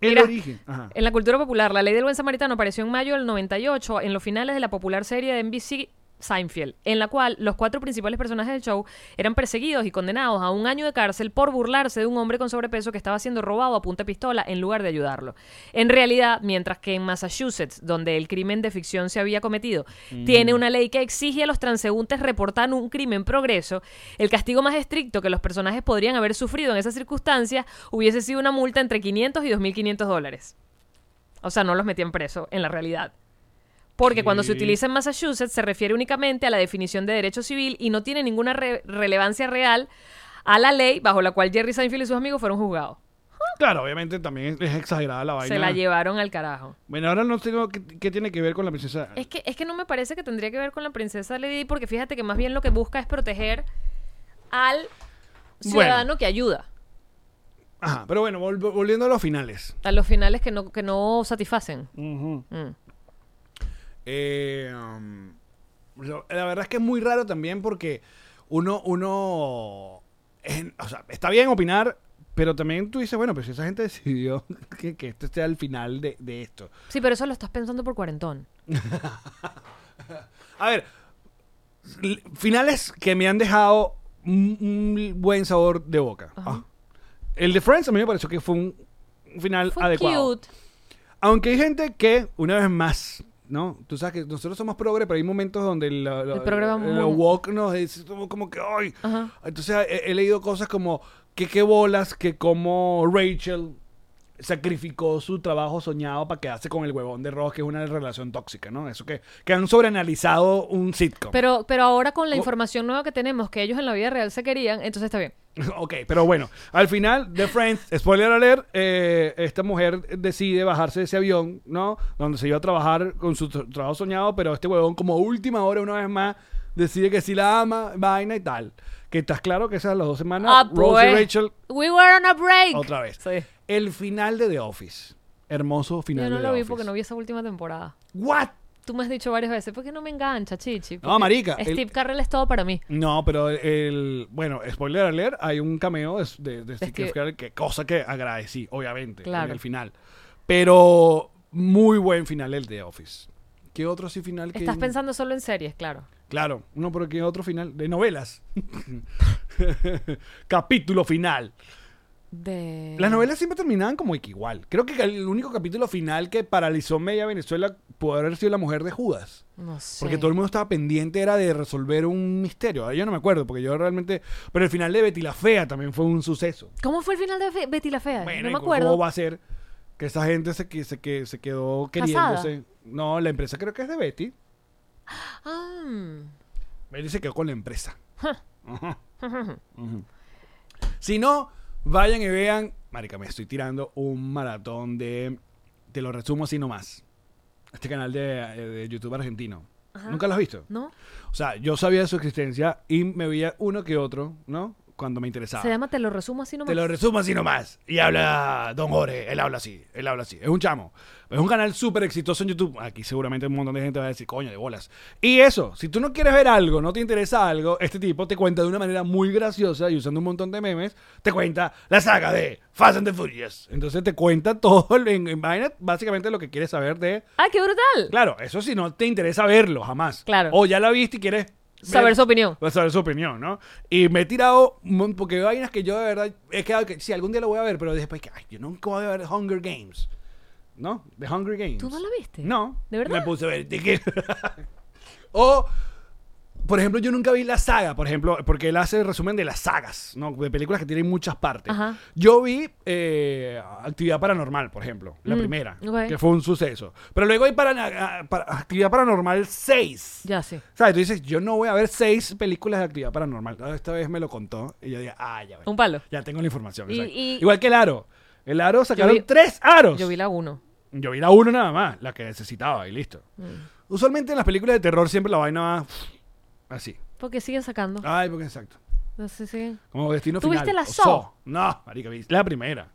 Speaker 3: El
Speaker 4: Mira, Eh,
Speaker 3: origen. Ajá.
Speaker 4: En la cultura popular, la ley del buen samaritano apareció en mayo del 98 en los finales de la popular serie de NBC Seinfeld, en la cual los cuatro principales personajes del show eran perseguidos y condenados a un año de cárcel por burlarse de un hombre con sobrepeso que estaba siendo robado a punta de pistola en lugar de ayudarlo. En realidad, mientras que en Massachusetts, donde el crimen de ficción se había cometido, tiene una ley que exige a los transeúntes reportar un crimen progreso, el castigo más estricto que los personajes podrían haber sufrido en esas circunstancias hubiese sido una multa entre 500 y 2.500 dólares. O sea, no los metían preso en la realidad. Porque cuando se
Speaker 3: Sí.
Speaker 4: utiliza en Massachusetts se refiere únicamente a la definición de derecho civil y no tiene ninguna re- relevancia real a la ley bajo la cual Jerry Seinfeld y sus amigos fueron juzgados.
Speaker 3: Claro, obviamente también es exagerada la vaina.
Speaker 4: Se la llevaron al carajo.
Speaker 3: Bueno, ahora no tengo qué, qué tiene que ver con la princesa.
Speaker 4: Es que, es que no me parece que tendría que ver con la princesa Lady Di, porque fíjate que más bien lo que busca es proteger al ciudadano que ayuda.
Speaker 3: Ajá, pero bueno, vol- volviendo a los finales.
Speaker 4: A los finales que no, que no satisfacen. Mm.
Speaker 3: Eh, um, lo- la verdad es que es muy raro también porque uno, uno, en- o sea, está bien opinar, pero también tú dices, bueno, pues esa gente decidió que, que este sea el final de, de esto.
Speaker 4: Sí, pero eso lo estás pensando por cuarentón.
Speaker 3: A ver, l- finales que me han dejado un, un buen sabor de boca. Ah. El de Friends a mí me pareció que fue un un final
Speaker 4: Fue
Speaker 3: adecuado.
Speaker 4: cute.
Speaker 3: Aunque hay gente que, una vez más, ¿no? Tú sabes que nosotros somos progre, pero hay momentos donde la- la-
Speaker 4: El programa
Speaker 3: la- la
Speaker 4: muy-
Speaker 3: woke nos dice como, como que, ¡ay!
Speaker 4: Ajá.
Speaker 3: Entonces he, he leído cosas como que qué bolas, que como Rachel sacrificó su trabajo soñado para quedarse con el huevón de Ross, que es una relación tóxica, ¿no? Eso que, que han sobreanalizado un sitcom.
Speaker 4: Pero, pero ahora con la
Speaker 3: Oh.
Speaker 4: información nueva que tenemos, que ellos en la vida real se querían, entonces está bien.
Speaker 3: ok, pero bueno, al final, The Friends, spoiler alert, eh, esta mujer decide bajarse de ese avión, ¿no? Donde se iba a trabajar con su tra- trabajo soñado, pero este huevón, como última hora, una vez más, decide que sí la ama, vaina y tal. Que estás claro que esas las dos semanas,
Speaker 4: Ah,
Speaker 3: Rose y
Speaker 4: pues.
Speaker 3: Rachel,
Speaker 4: We were on a break.
Speaker 3: otra vez.
Speaker 4: Sí.
Speaker 3: El final de The Office. Hermoso
Speaker 4: Yo
Speaker 3: final de
Speaker 4: no
Speaker 3: The
Speaker 4: lo vi
Speaker 3: Office.
Speaker 4: porque no vi esa última temporada.
Speaker 3: ¿What?
Speaker 4: Tú me has dicho varias veces, ¿por qué no me engancha, Chichi?
Speaker 3: No,
Speaker 4: Porque
Speaker 3: marica, el-
Speaker 4: Steve Carrell es todo para mí.
Speaker 3: No, pero el. Bueno, spoiler alert, hay un cameo de, de, de Steve
Speaker 4: Steve.
Speaker 3: Carell, que cosa que agradecí, obviamente, en
Speaker 4: Claro.
Speaker 3: el final. Pero muy buen final el de Office. ¿Qué otro sí final que.?
Speaker 4: Estás pensando solo en series, claro.
Speaker 3: Claro, no, pero ¿qué otro final? De novelas. Capítulo final.
Speaker 4: De...
Speaker 3: Las novelas siempre terminaban como que igual. Creo que el único capítulo final que paralizó media Venezuela puede haber sido La Mujer de Judas.
Speaker 4: No sé.
Speaker 3: Porque todo el mundo estaba pendiente era de resolver un misterio. Ahora Yo no me acuerdo, porque yo realmente... Pero el final de Betty la Fea también fue un suceso.
Speaker 4: ¿Cómo fue el final de Fe- Betty la Fea?
Speaker 3: Bueno,
Speaker 4: no
Speaker 3: ¿y
Speaker 4: me
Speaker 3: cómo-
Speaker 4: acuerdo.
Speaker 3: ¿Cómo va a ser que esa gente se, que- se, que, se quedó queriéndose? No, la empresa creo que es de Betty.
Speaker 4: Ah, mm.
Speaker 3: Betty se quedó con la empresa. Ajá. Ujú. Si no, vayan y vean... Marica, me estoy tirando un maratón de... Te lo resumo así nomás. Este canal de, de YouTube argentino. ¿Nunca lo has visto?
Speaker 4: ¿No?
Speaker 3: O sea, yo sabía de su existencia y me veía uno que otro, ¿no? cuando me interesaba.
Speaker 4: Se llama Te lo resumo así nomás.
Speaker 3: Te lo resumo así nomás. Y habla Don Jorge. Él habla así. Él habla así. Es un chamo. Es un canal súper exitoso en YouTube. Aquí seguramente un montón de gente va a decir, coño, de bolas. Y eso, si tú no quieres ver algo, no te interesa algo, este tipo te cuenta de una manera muy graciosa y usando un montón de memes, te cuenta la saga de Fast and the Furious. Entonces te cuenta todo en, en vaina, básicamente lo que quieres saber de...
Speaker 4: ¡Ah, qué brutal!
Speaker 3: Claro, eso si no te interesa verlo jamás.
Speaker 4: Claro.
Speaker 3: O ya la viste y quieres
Speaker 4: Saber su opinión.
Speaker 3: Vas a ver su opinión, ¿no? Y me he tirado, un mon- porque hay vainas que yo de verdad he quedado que sí, algún día lo voy a ver, pero después que, ay, yo nunca voy a ver Hunger Games. ¿No? The Hunger Games.
Speaker 4: ¿Tú no lo viste?
Speaker 3: No.
Speaker 4: ¿De verdad?
Speaker 3: Me puse a ver. dije- o, por ejemplo, yo nunca vi la saga, por ejemplo, porque él hace resumen de las sagas, ¿no? De películas que tienen muchas partes.
Speaker 4: Ajá.
Speaker 3: Yo vi eh, Actividad Paranormal, por ejemplo, la
Speaker 4: Mm,
Speaker 3: primera,
Speaker 4: ok.
Speaker 3: que fue un suceso. Pero luego hay para, ah, para- Actividad Paranormal 6.
Speaker 4: Ya sí.
Speaker 3: ¿Sabes? Tú dices, yo no voy a ver seis películas de actividad paranormal. Ah, Esta vez me lo contó y yo dije, ah, ya, ves.
Speaker 4: Un palo.
Speaker 3: ya tengo la información.
Speaker 4: Y-
Speaker 3: exacto.
Speaker 4: y-
Speaker 3: Igual que el aro. El aro sacaron
Speaker 4: vi-
Speaker 3: tres aros.
Speaker 4: Yo vi la 1.
Speaker 3: Yo vi la uno nada más, la que necesitaba y listo. Usualmente en las películas de terror siempre la vaina va pff, así.
Speaker 4: Porque siguen sacando.
Speaker 3: Ay, porque exacto.
Speaker 4: No sé si.
Speaker 3: Como destino
Speaker 4: ¿Tú
Speaker 3: final.
Speaker 4: viste la
Speaker 3: o
Speaker 4: Saw?
Speaker 3: No, marica, vi la primera.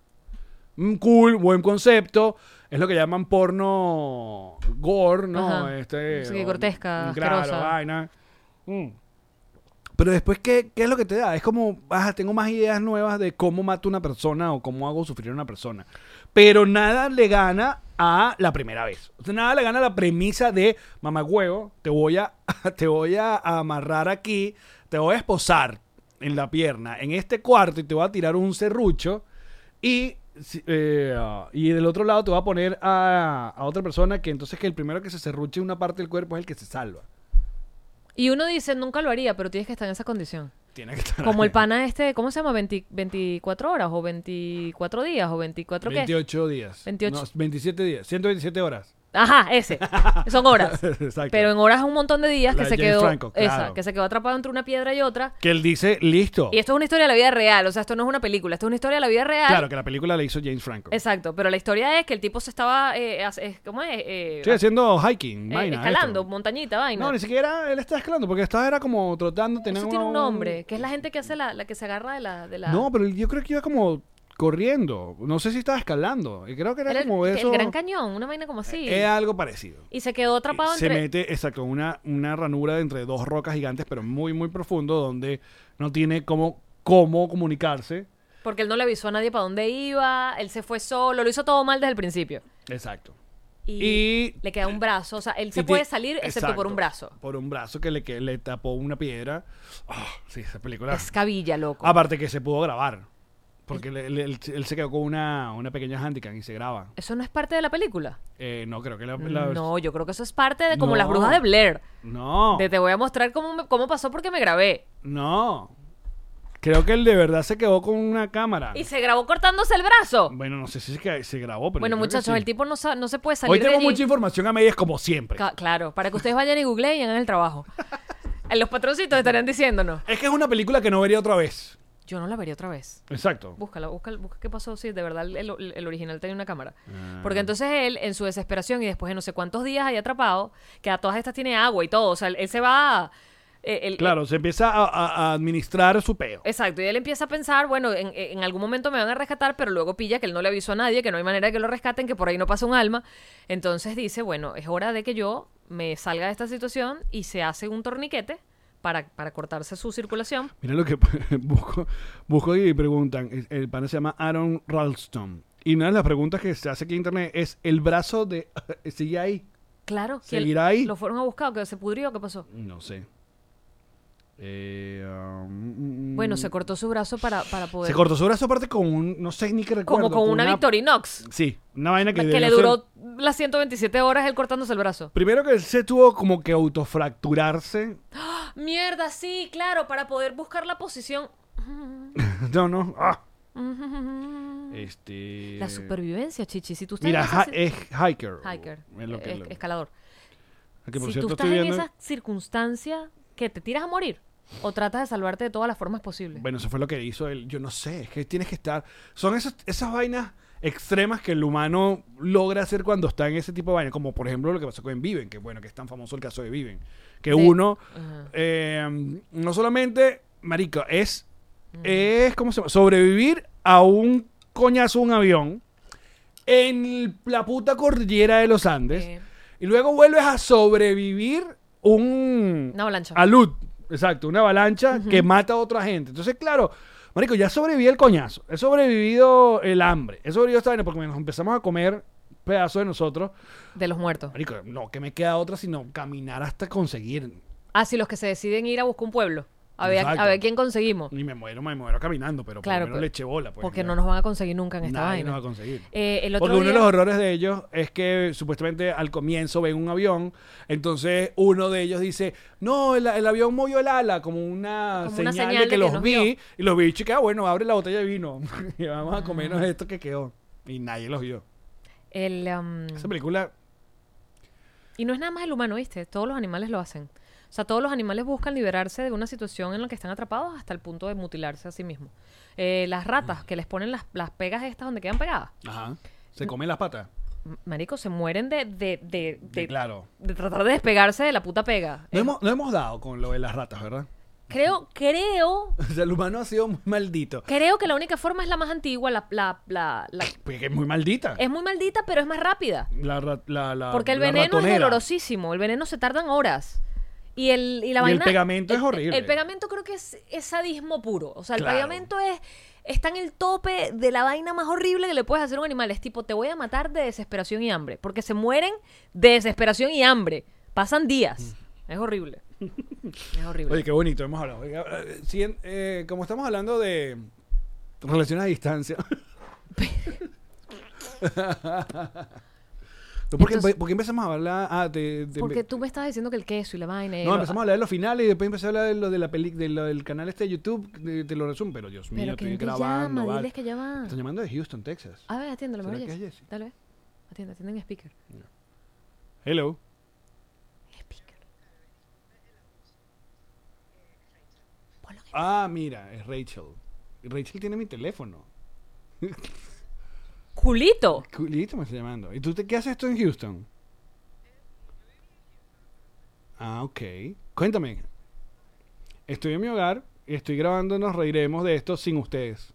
Speaker 3: Mm, cool, buen concepto. Es lo que llaman porno gore, ¿no?
Speaker 4: Ajá.
Speaker 3: Este,
Speaker 4: Sí,
Speaker 3: o-
Speaker 4: grotesca,
Speaker 3: claro,
Speaker 4: asquerosa.
Speaker 3: vaina. Mm. Pero después, ¿qué, ¿qué es lo que te da? Es como, ah, tengo más ideas nuevas de cómo mato a una persona o cómo hago sufrir a una persona. Pero nada le gana a la primera vez. O sea, nada le gana a la premisa de, mamá huevo, te voy, a, te voy a amarrar aquí, te voy a esposar en la pierna, en este cuarto, y te voy a tirar un serrucho. Y, si- eh, ah, y del otro lado te voy a poner a, a otra persona que entonces que el primero que se serruche una parte del cuerpo es el que se salva.
Speaker 4: Y uno dice, nunca lo haría, pero tienes que estar en esa condición.
Speaker 3: Tiene que estar
Speaker 4: Como el
Speaker 3: pan
Speaker 4: pana este, ¿cómo se llama? 20 24 horas o 24 días o 24 qué.
Speaker 3: 28 días.
Speaker 4: 28.
Speaker 3: No, 27 días. 127 horas.
Speaker 4: Ajá, ese. Son horas.
Speaker 3: Exacto.
Speaker 4: Pero en horas es un montón de días
Speaker 3: La
Speaker 4: que se
Speaker 3: James
Speaker 4: quedó
Speaker 3: Franco, claro. Oh.
Speaker 4: esa, que se quedó atrapado entre una piedra y otra.
Speaker 3: Que él dice, listo.
Speaker 4: Y esto es una historia de la vida real, o sea, esto no es una película, esto es una historia de la vida real.
Speaker 3: Claro, que la película la hizo James Franco.
Speaker 4: Exacto, pero la historia es que el tipo se estaba, eh, hace- es- ¿cómo es? Eh,
Speaker 3: Estoy
Speaker 4: eh,
Speaker 3: haciendo hiking, vaina,
Speaker 4: escalando,
Speaker 3: esto.
Speaker 4: montañita, vaina.
Speaker 3: No, ni siquiera él estaba escalando, porque estaba era como trotando. tenía
Speaker 4: Eso
Speaker 3: como
Speaker 4: tiene un nombre, que es la gente que hace la, la que se agarra de la... De la
Speaker 3: No, pero yo creo que iba como corriendo. No sé si estaba escalando. Y Creo que era,
Speaker 4: Era el,
Speaker 3: como
Speaker 4: el
Speaker 3: eso. Eh,
Speaker 4: Gran Cañón, una vaina como así.
Speaker 3: Es algo parecido.
Speaker 4: y se quedó atrapado
Speaker 3: se
Speaker 4: entre...
Speaker 3: mete, exacto, una, una ranura de entre dos rocas gigantes, pero muy, muy profundo, donde no tiene cómo, cómo comunicarse.
Speaker 4: Porque él no le avisó a nadie para dónde iba, él se fue solo, lo hizo todo mal desde el principio.
Speaker 3: Exacto.
Speaker 4: Y,
Speaker 3: Y-
Speaker 4: le queda un brazo, o sea, él se
Speaker 3: Y te-
Speaker 4: puede salir excepto por
Speaker 3: exacto,
Speaker 4: un brazo.
Speaker 3: Por un brazo que le, que le tapó una piedra. Ah, sí, esa película.
Speaker 4: Escabilla, loco.
Speaker 3: Aparte que se pudo grabar. Porque le- le- él, él se quedó con una, una pequeña handicap y se graba.
Speaker 4: ¿Eso no es parte de la película?
Speaker 3: Eh, no, creo que la... la-
Speaker 4: No, yo creo que eso es parte de como
Speaker 3: No.
Speaker 4: las brujas de Blair.
Speaker 3: No.
Speaker 4: De te voy a mostrar cómo, me- cómo pasó porque me grabé.
Speaker 3: No. Creo que él de verdad se quedó con una cámara.
Speaker 4: Y se grabó cortándose el brazo.
Speaker 3: Bueno, no sé si es que se grabó, pero...
Speaker 4: bueno,
Speaker 3: yo creo que
Speaker 4: muchachos,
Speaker 3: sí.
Speaker 4: el tipo no, sa- no se puede salir
Speaker 3: Hoy
Speaker 4: de
Speaker 3: tengo
Speaker 4: allí.
Speaker 3: mucha información a medias como siempre.
Speaker 4: Ca- claro, para que ustedes vayan y googleen y hagan el trabajo. Eh, Los patroncitos estarían diciéndonos.
Speaker 3: Es que es una película que no vería otra vez.
Speaker 4: Yo no la vería otra vez.
Speaker 3: Exacto.
Speaker 4: Búscala, búscala, busca qué pasó si de verdad el, el- el original tenía una cámara.
Speaker 3: Ah.
Speaker 4: Porque entonces él, en su desesperación y después de no sé cuántos días ahí atrapado, que a todas estas tiene agua y todo, o sea, él, él se va... eh, él-
Speaker 3: Claro, se empieza a, a- a administrar su peo.
Speaker 4: Exacto, y él empieza a pensar, bueno, en, en algún momento me van a rescatar, pero luego pilla que él no le avisó a nadie, que no hay manera de que lo rescaten, que por ahí no pasa un alma. Entonces dice, bueno, es hora de que yo me salga de esta situación y se hace un torniquete para, para cortarse su circulación.
Speaker 3: Mira lo que busco, busco y preguntan. El- El pana se llama Aaron Ralston. Y una de las preguntas que se hace aquí en internet es: ¿el brazo de. sigue ahí?
Speaker 4: Claro, que
Speaker 3: ¿Seguirá ahí?
Speaker 4: lo fueron a buscar, o que se pudrió, ¿qué pasó?
Speaker 3: No sé. Eh, um,
Speaker 4: Bueno, se cortó su brazo para, para poder...
Speaker 3: Se cortó su brazo aparte con un. No sé ni qué
Speaker 4: como
Speaker 3: recuerdo.
Speaker 4: con una, Victorinox,
Speaker 3: Sí, una vaina que,
Speaker 4: que,
Speaker 3: debió
Speaker 4: le
Speaker 3: ser-
Speaker 4: duró las 127 horas él cortándose el brazo.
Speaker 3: Primero que él se tuvo como que autofracturarse.
Speaker 4: ¡Ah, Mierda, sí, claro, para poder buscar la posición.
Speaker 3: No, no. ah. Este.
Speaker 4: La supervivencia, chichi. Si tú estás
Speaker 3: Mira,
Speaker 4: en esa
Speaker 3: hi-
Speaker 4: si-
Speaker 3: es hiker.
Speaker 4: hiker,
Speaker 3: Es lo que-
Speaker 4: eh,
Speaker 3: lo-
Speaker 4: escalador.
Speaker 3: que por
Speaker 4: si
Speaker 3: cierto
Speaker 4: tú estás
Speaker 3: estoy
Speaker 4: en
Speaker 3: viendo-
Speaker 4: esa circunstancia que te tiras a morir o tratas de salvarte de todas las formas posibles.
Speaker 3: Bueno, eso fue lo que hizo él. Yo no sé, es que tienes que estar. Son esas, esas vainas extremas que el humano logra hacer cuando está en ese tipo de vainas. Como por ejemplo lo que pasó con Viven, que bueno, que es tan famoso el caso de Viven. Que
Speaker 4: De-
Speaker 3: uno,
Speaker 4: Ajá.
Speaker 3: eh, no solamente, marico, es es, ¿cómo se llama? Sobrevivir a un coñazo, un avión, en el- la puta cordillera de los Andes,
Speaker 4: Sí.
Speaker 3: y luego vuelves a sobrevivir un...
Speaker 4: Una avalancha.
Speaker 3: Alud, exacto, una avalancha que mata a otra gente. Entonces, claro, marico, ya sobreviví el coñazo, he sobrevivido el hambre, he sobrevivido esta vaina porque nos empezamos a comer pedazos de nosotros.
Speaker 4: de los muertos.
Speaker 3: Marico, no, que me queda otra sino caminar hasta conseguir.
Speaker 4: Ah, sí, los que se deciden ir a buscar un pueblo. A ver,
Speaker 3: Exacto.
Speaker 4: a ver quién conseguimos.
Speaker 3: Y me muero, me muero caminando, pero
Speaker 4: Claro,
Speaker 3: por lo menos
Speaker 4: pero-
Speaker 3: le eché bola. pues,
Speaker 4: Porque
Speaker 3: ya.
Speaker 4: no nos van a conseguir nunca en esta
Speaker 3: Nadie
Speaker 4: vaina.
Speaker 3: nos va a conseguir.
Speaker 4: Eh, el otro
Speaker 3: Porque uno de
Speaker 4: día-
Speaker 3: los horrores de ellos es que supuestamente al comienzo ven un avión, entonces uno de ellos dice, no, el, el avión movió el ala, como una,
Speaker 4: Como
Speaker 3: señal,
Speaker 4: una
Speaker 3: de
Speaker 4: señal
Speaker 3: que,
Speaker 4: de que
Speaker 3: los
Speaker 4: nos
Speaker 3: vi,
Speaker 4: vio.
Speaker 3: y los vi y que, ah, bueno, abre la botella de vino, y vamos a comernos
Speaker 4: Ah.
Speaker 3: esto que quedó. Y nadie los vio.
Speaker 4: El, um,
Speaker 3: Esa película,
Speaker 4: Y no es nada más el humano, ¿viste? Todos los animales lo hacen. O sea, todos los animales buscan liberarse de una situación en la que están atrapados hasta el punto de mutilarse a sí mismos. Eh, las ratas que les ponen las, las pegas estas donde quedan pegadas.
Speaker 3: ajá,
Speaker 4: Mm.
Speaker 3: se comen las patas.
Speaker 4: M- Marico, se mueren de, de, de,
Speaker 3: Sí,
Speaker 4: de-
Speaker 3: claro.
Speaker 4: de tratar de despegarse de la puta pega.
Speaker 3: No
Speaker 4: Eh,
Speaker 3: hemos, no hemos dado con lo de las ratas, ¿verdad?
Speaker 4: Creo, creo,
Speaker 3: O sea, el humano ha sido muy maldito.
Speaker 4: creo que la única forma es la más antigua, la, la, la, la-
Speaker 3: Porque Pues es muy maldita.
Speaker 4: es muy maldita, pero es más rápida.
Speaker 3: La, ra- la, la-
Speaker 4: Porque el
Speaker 3: la
Speaker 4: veneno es
Speaker 3: ratonera.
Speaker 4: dolorosísimo. El veneno se tardan horas. Y el, y la
Speaker 3: Y el
Speaker 4: vaina-
Speaker 3: pegamento es horrible.
Speaker 4: El pegamento creo que es, es sadismo puro. O sea, el
Speaker 3: Claro.
Speaker 4: pegamento es. Está en el tope de la vaina más horrible que le puedes hacer a un animal. Es tipo, te voy a matar de desesperación y hambre. Porque se mueren de desesperación y hambre. Pasan días. Es horrible. Es horrible.
Speaker 3: Mm. Oye, qué bonito, hemos hablado. Oiga, eh, si en- eh, como estamos hablando de relaciones a distancia. No, ¿Por, qué,
Speaker 4: Entonces-
Speaker 3: por qué empezamos a hablar ah, de, de-
Speaker 4: Porque tú me estabas diciendo que el queso y la vaina. y
Speaker 3: No,
Speaker 4: lo-
Speaker 3: empezamos a hablar de los finales y después empecé a hablar de lo de la peli, de lo del canal este de YouTube, de- te lo resumo, pero Dios mío,
Speaker 4: Pero que
Speaker 3: estoy
Speaker 4: no te
Speaker 3: grabando.
Speaker 4: llama,
Speaker 3: vale.
Speaker 4: diles que ya va.
Speaker 3: Están llamando de Houston, Texas.
Speaker 4: A ver, atiéndelo,
Speaker 3: ¿Será
Speaker 4: mejor
Speaker 3: que es
Speaker 4: Jessy.
Speaker 3: Jessy?
Speaker 4: Dale, ve. Atiende, atiende en speaker.
Speaker 3: Hello.
Speaker 4: Speaker. Ponlo en-
Speaker 3: Ah, mira, es Rachel. Rachel tiene mi teléfono.
Speaker 4: Culito.
Speaker 3: Culito me está llamando. ¿Y tú te, qué haces tú en Houston? Ah, ok. Cuéntame. Estoy en mi hogar y estoy grabando Nos Reiremos de esto sin ustedes.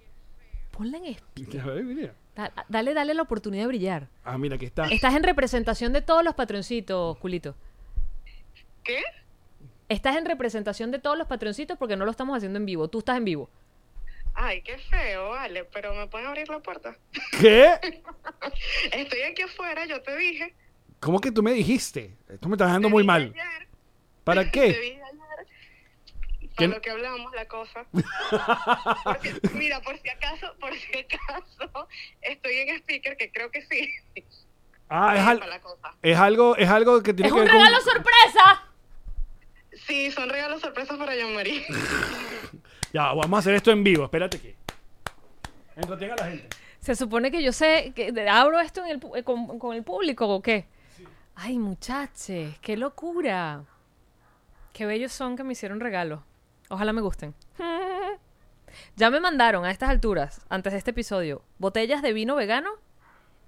Speaker 4: Ponla en speaker.
Speaker 3: Ya ves, mira.
Speaker 4: Da- Dale, dale la oportunidad de brillar.
Speaker 3: Ah, mira, aquí está.
Speaker 4: Estás en representación de todos los patroncitos, culito.
Speaker 5: ¿Qué?
Speaker 4: Estás en representación de todos los patroncitos porque no lo estamos haciendo en vivo. Tú estás en vivo.
Speaker 5: Ay, qué feo, vale, pero ¿me pueden abrir la puerta?
Speaker 3: ¿Qué?
Speaker 5: Estoy aquí afuera, yo te dije.
Speaker 3: ¿Cómo que tú me dijiste? Esto me está dejando
Speaker 5: te
Speaker 3: muy
Speaker 5: dije
Speaker 3: mal.
Speaker 5: ayer,
Speaker 3: ¿Para
Speaker 5: Te
Speaker 3: qué?
Speaker 5: dije ayer.
Speaker 3: ¿Qué?
Speaker 5: Para lo que hablamos, la cosa. Por si- mira, por si acaso, por si acaso, estoy en speaker, que creo que sí.
Speaker 3: Ah, es,
Speaker 5: Para la
Speaker 3: al-
Speaker 5: cosa.
Speaker 3: es algo es algo que tiene
Speaker 4: ¡Es
Speaker 3: que
Speaker 4: un
Speaker 3: ver con-
Speaker 4: regalo sorpresa!
Speaker 5: Sí, son regalos sorpresas para Jean Marie.
Speaker 3: Ya, vamos a hacer esto en vivo. Espérate aquí. Entretenga a la gente.
Speaker 4: Se supone que yo sé que de- abro esto en el pu- eh, con, con el público o qué. Ay, muchachos, qué locura. Qué bellos son que me hicieron regalo. Ojalá me gusten. Ya me mandaron a estas alturas, antes de este episodio, botellas de vino vegano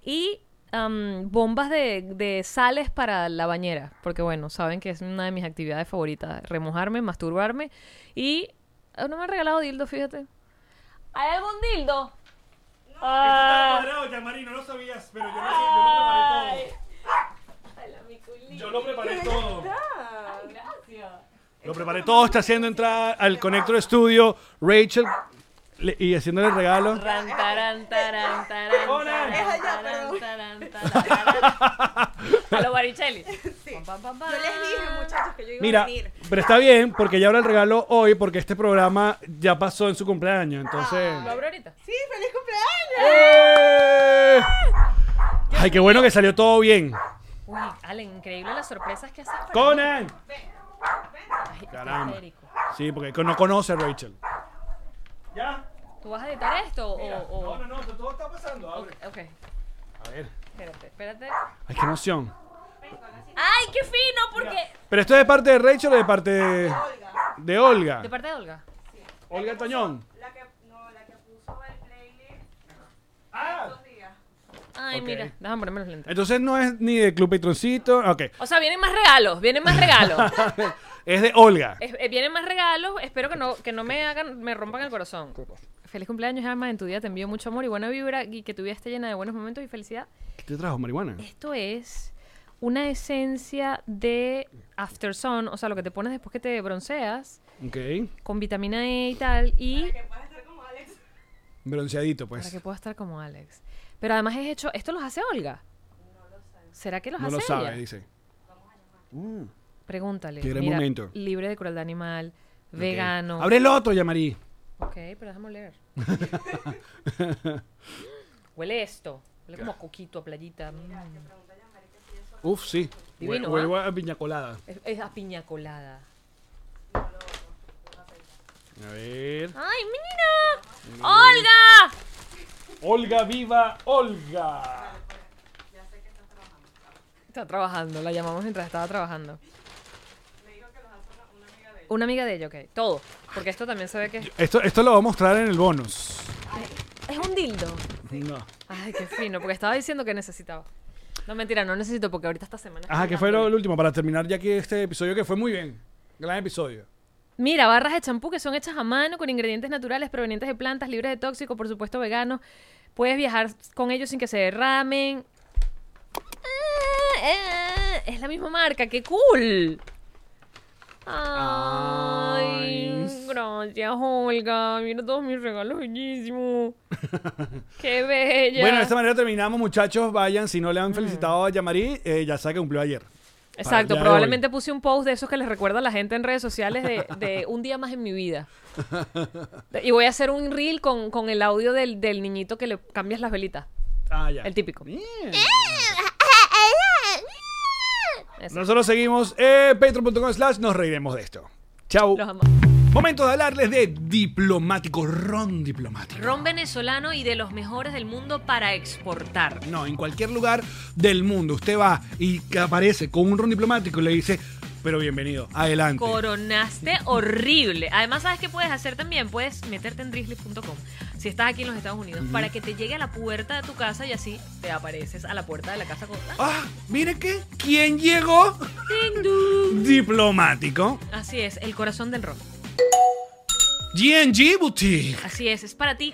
Speaker 4: y am, bombas de, de sales para la bañera. Porque bueno, saben que es una de mis actividades favoritas. Remojarme, masturbarme y... ah, No me han regalado dildo, fíjate. ¿Hay algún dildo? Ah.
Speaker 3: no lo sabías, pero yo, lo preparé todo. Yo lo preparé todo. Lo preparé todo, está haciendo entrar al Connector Studio Rachel le- y haciéndole el regalo.
Speaker 4: Ran, taran, taran, taran,
Speaker 3: Hola.
Speaker 4: taran,
Speaker 6: Es allá,
Speaker 4: taran,
Speaker 6: pero-
Speaker 4: taran, taran. A lo Baricelli. Pam, pam, pam, pam.
Speaker 6: Yo les dije, muchachos, que yo iba a
Speaker 3: Mira,
Speaker 6: venir.
Speaker 3: pero está bien porque ya habrá el regalo hoy porque este programa ya pasó en su cumpleaños, entonces...
Speaker 4: ¿Lo abro ahorita?
Speaker 6: Sí, feliz cumpleaños.
Speaker 3: ¡Eh! Ay, qué bueno que salió todo bien.
Speaker 4: Uy, Allen, increíble las sorpresas que haces. para mí.
Speaker 3: Conan.
Speaker 4: Ay, qué
Speaker 3: Caramba.
Speaker 4: histérico.
Speaker 3: Sí, porque no conoce a Rachel. ¿Ya?
Speaker 4: ¿Tú vas a editar esto o...? o-
Speaker 3: No, no, no, pero todo está pasando. Abre.
Speaker 4: Ok,
Speaker 3: A ver.
Speaker 4: espérate, espérate.
Speaker 3: Ay, qué emoción.
Speaker 4: ¡Ay, qué fino! Porque...
Speaker 3: Pero esto es de parte de Rachel o de parte de, de Olga.
Speaker 4: De parte de Olga.
Speaker 3: Olga Tañón.
Speaker 6: La que, no, la que puso el playlist
Speaker 3: Ah.
Speaker 6: días.
Speaker 4: Ay,
Speaker 3: Ok.
Speaker 4: mira, déjame ponerme los lentes.
Speaker 3: Entonces no es ni de Club Patroncito. Ah, Ok.
Speaker 4: O sea, vienen más regalos, vienen más regalos.
Speaker 3: Es de Olga.
Speaker 4: Es- eh, vienen más regalos. Espero que no, que no me hagan, me rompan el corazón. Feliz cumpleaños, Alma. En tu día te envío mucho amor y buena vibra y que tu vida esté llena de buenos momentos y felicidad.
Speaker 3: ¿Qué te trajo, marihuana?
Speaker 4: Esto es una esencia de After Sun, o sea, lo que te pones después que te bronceas,
Speaker 3: Ok.
Speaker 4: con vitamina E y tal, y
Speaker 3: Bronceadito,
Speaker 4: para
Speaker 3: pues.
Speaker 4: que pueda estar como Alex. Pero además es hecho, ¿esto los hace Olga? ¿Será que los
Speaker 3: No
Speaker 4: hace
Speaker 3: lo sabe,
Speaker 4: ella?
Speaker 3: dice.
Speaker 4: Pregúntale.
Speaker 3: Tiene
Speaker 4: Mira,
Speaker 3: momento.
Speaker 4: Libre de crueldad animal,
Speaker 3: Ok.
Speaker 4: vegano.
Speaker 3: Abre el otro, Yamari.
Speaker 4: Ok, pero déjame leer. Huele esto. Huele como a coquito, a playita. Mm.
Speaker 3: Uf, sí.
Speaker 4: Divino, ¿ah?
Speaker 3: Hue- Huele a piña colada.
Speaker 4: Es, es a piña colada.
Speaker 3: A ver.
Speaker 4: ¡Ay, mira! ¡Olga!
Speaker 3: Olga viva, Olga.
Speaker 4: Está trabajando, la llamamos mientras estaba trabajando. Una amiga de ella, ok. Todo. Porque esto también se ve que es,
Speaker 3: Esto, esto lo voy a mostrar en el bonus.
Speaker 4: es un dildo.
Speaker 3: No.
Speaker 4: Ay, qué fino, porque estaba diciendo que necesitaba. No, mentira, no necesito porque ahorita esta semana...
Speaker 3: Ajá,
Speaker 4: que
Speaker 3: que fue lo, lo último para terminar ya que este episodio que fue muy bien. Gran episodio.
Speaker 4: Mira, barras de champú que son hechas a mano con ingredientes naturales provenientes de plantas, libres de tóxicos, por supuesto veganos. Puedes viajar con ellos sin que se derramen. Ah, ah, Es la misma marca, qué cool. Ay,
Speaker 3: Ay.
Speaker 4: gracias, Olga. Mira todos mis regalos bellísimos. Qué bella.
Speaker 3: Bueno, este de esta manera terminamos, muchachos. Vayan, si no le
Speaker 4: Mm.
Speaker 3: han felicitado a Yamari, eh, ya sabe que cumplió ayer. Para el
Speaker 4: Exacto,
Speaker 3: día de
Speaker 4: probablemente puse un post de esos que les recuerda a la gente en redes sociales de, de un día más en mi vida. Y voy a hacer un reel con, con el audio del, del niñito que le cambias las velitas.
Speaker 3: hoy. Ah, ya.
Speaker 4: El típico.
Speaker 3: Bien.
Speaker 4: Ese.
Speaker 3: Nosotros seguimos en patreon.com slash nos reiremos de esto. Chau.
Speaker 4: Los amo.
Speaker 3: Momento de hablarles de diplomático, ron diplomático.
Speaker 2: Ron venezolano y de los mejores del mundo para exportar.
Speaker 3: No, en cualquier lugar del mundo. Usted va y aparece con un ron diplomático y le dice, pero bienvenido, adelante.
Speaker 2: Coronaste horrible. Además, ¿sabes qué puedes hacer también? Puedes meterte en drizzly.com si estás aquí en los Estados Unidos para que te llegue a la puerta de tu casa y así te apareces a la puerta de la casa con... ¡Ah!
Speaker 3: Ah, mire que, ¿quién llegó?
Speaker 2: ¡Ding, dong!
Speaker 3: Diplomático.
Speaker 2: Así es, el corazón del ron.
Speaker 3: GNG Boutique.
Speaker 2: Así es, es para ti.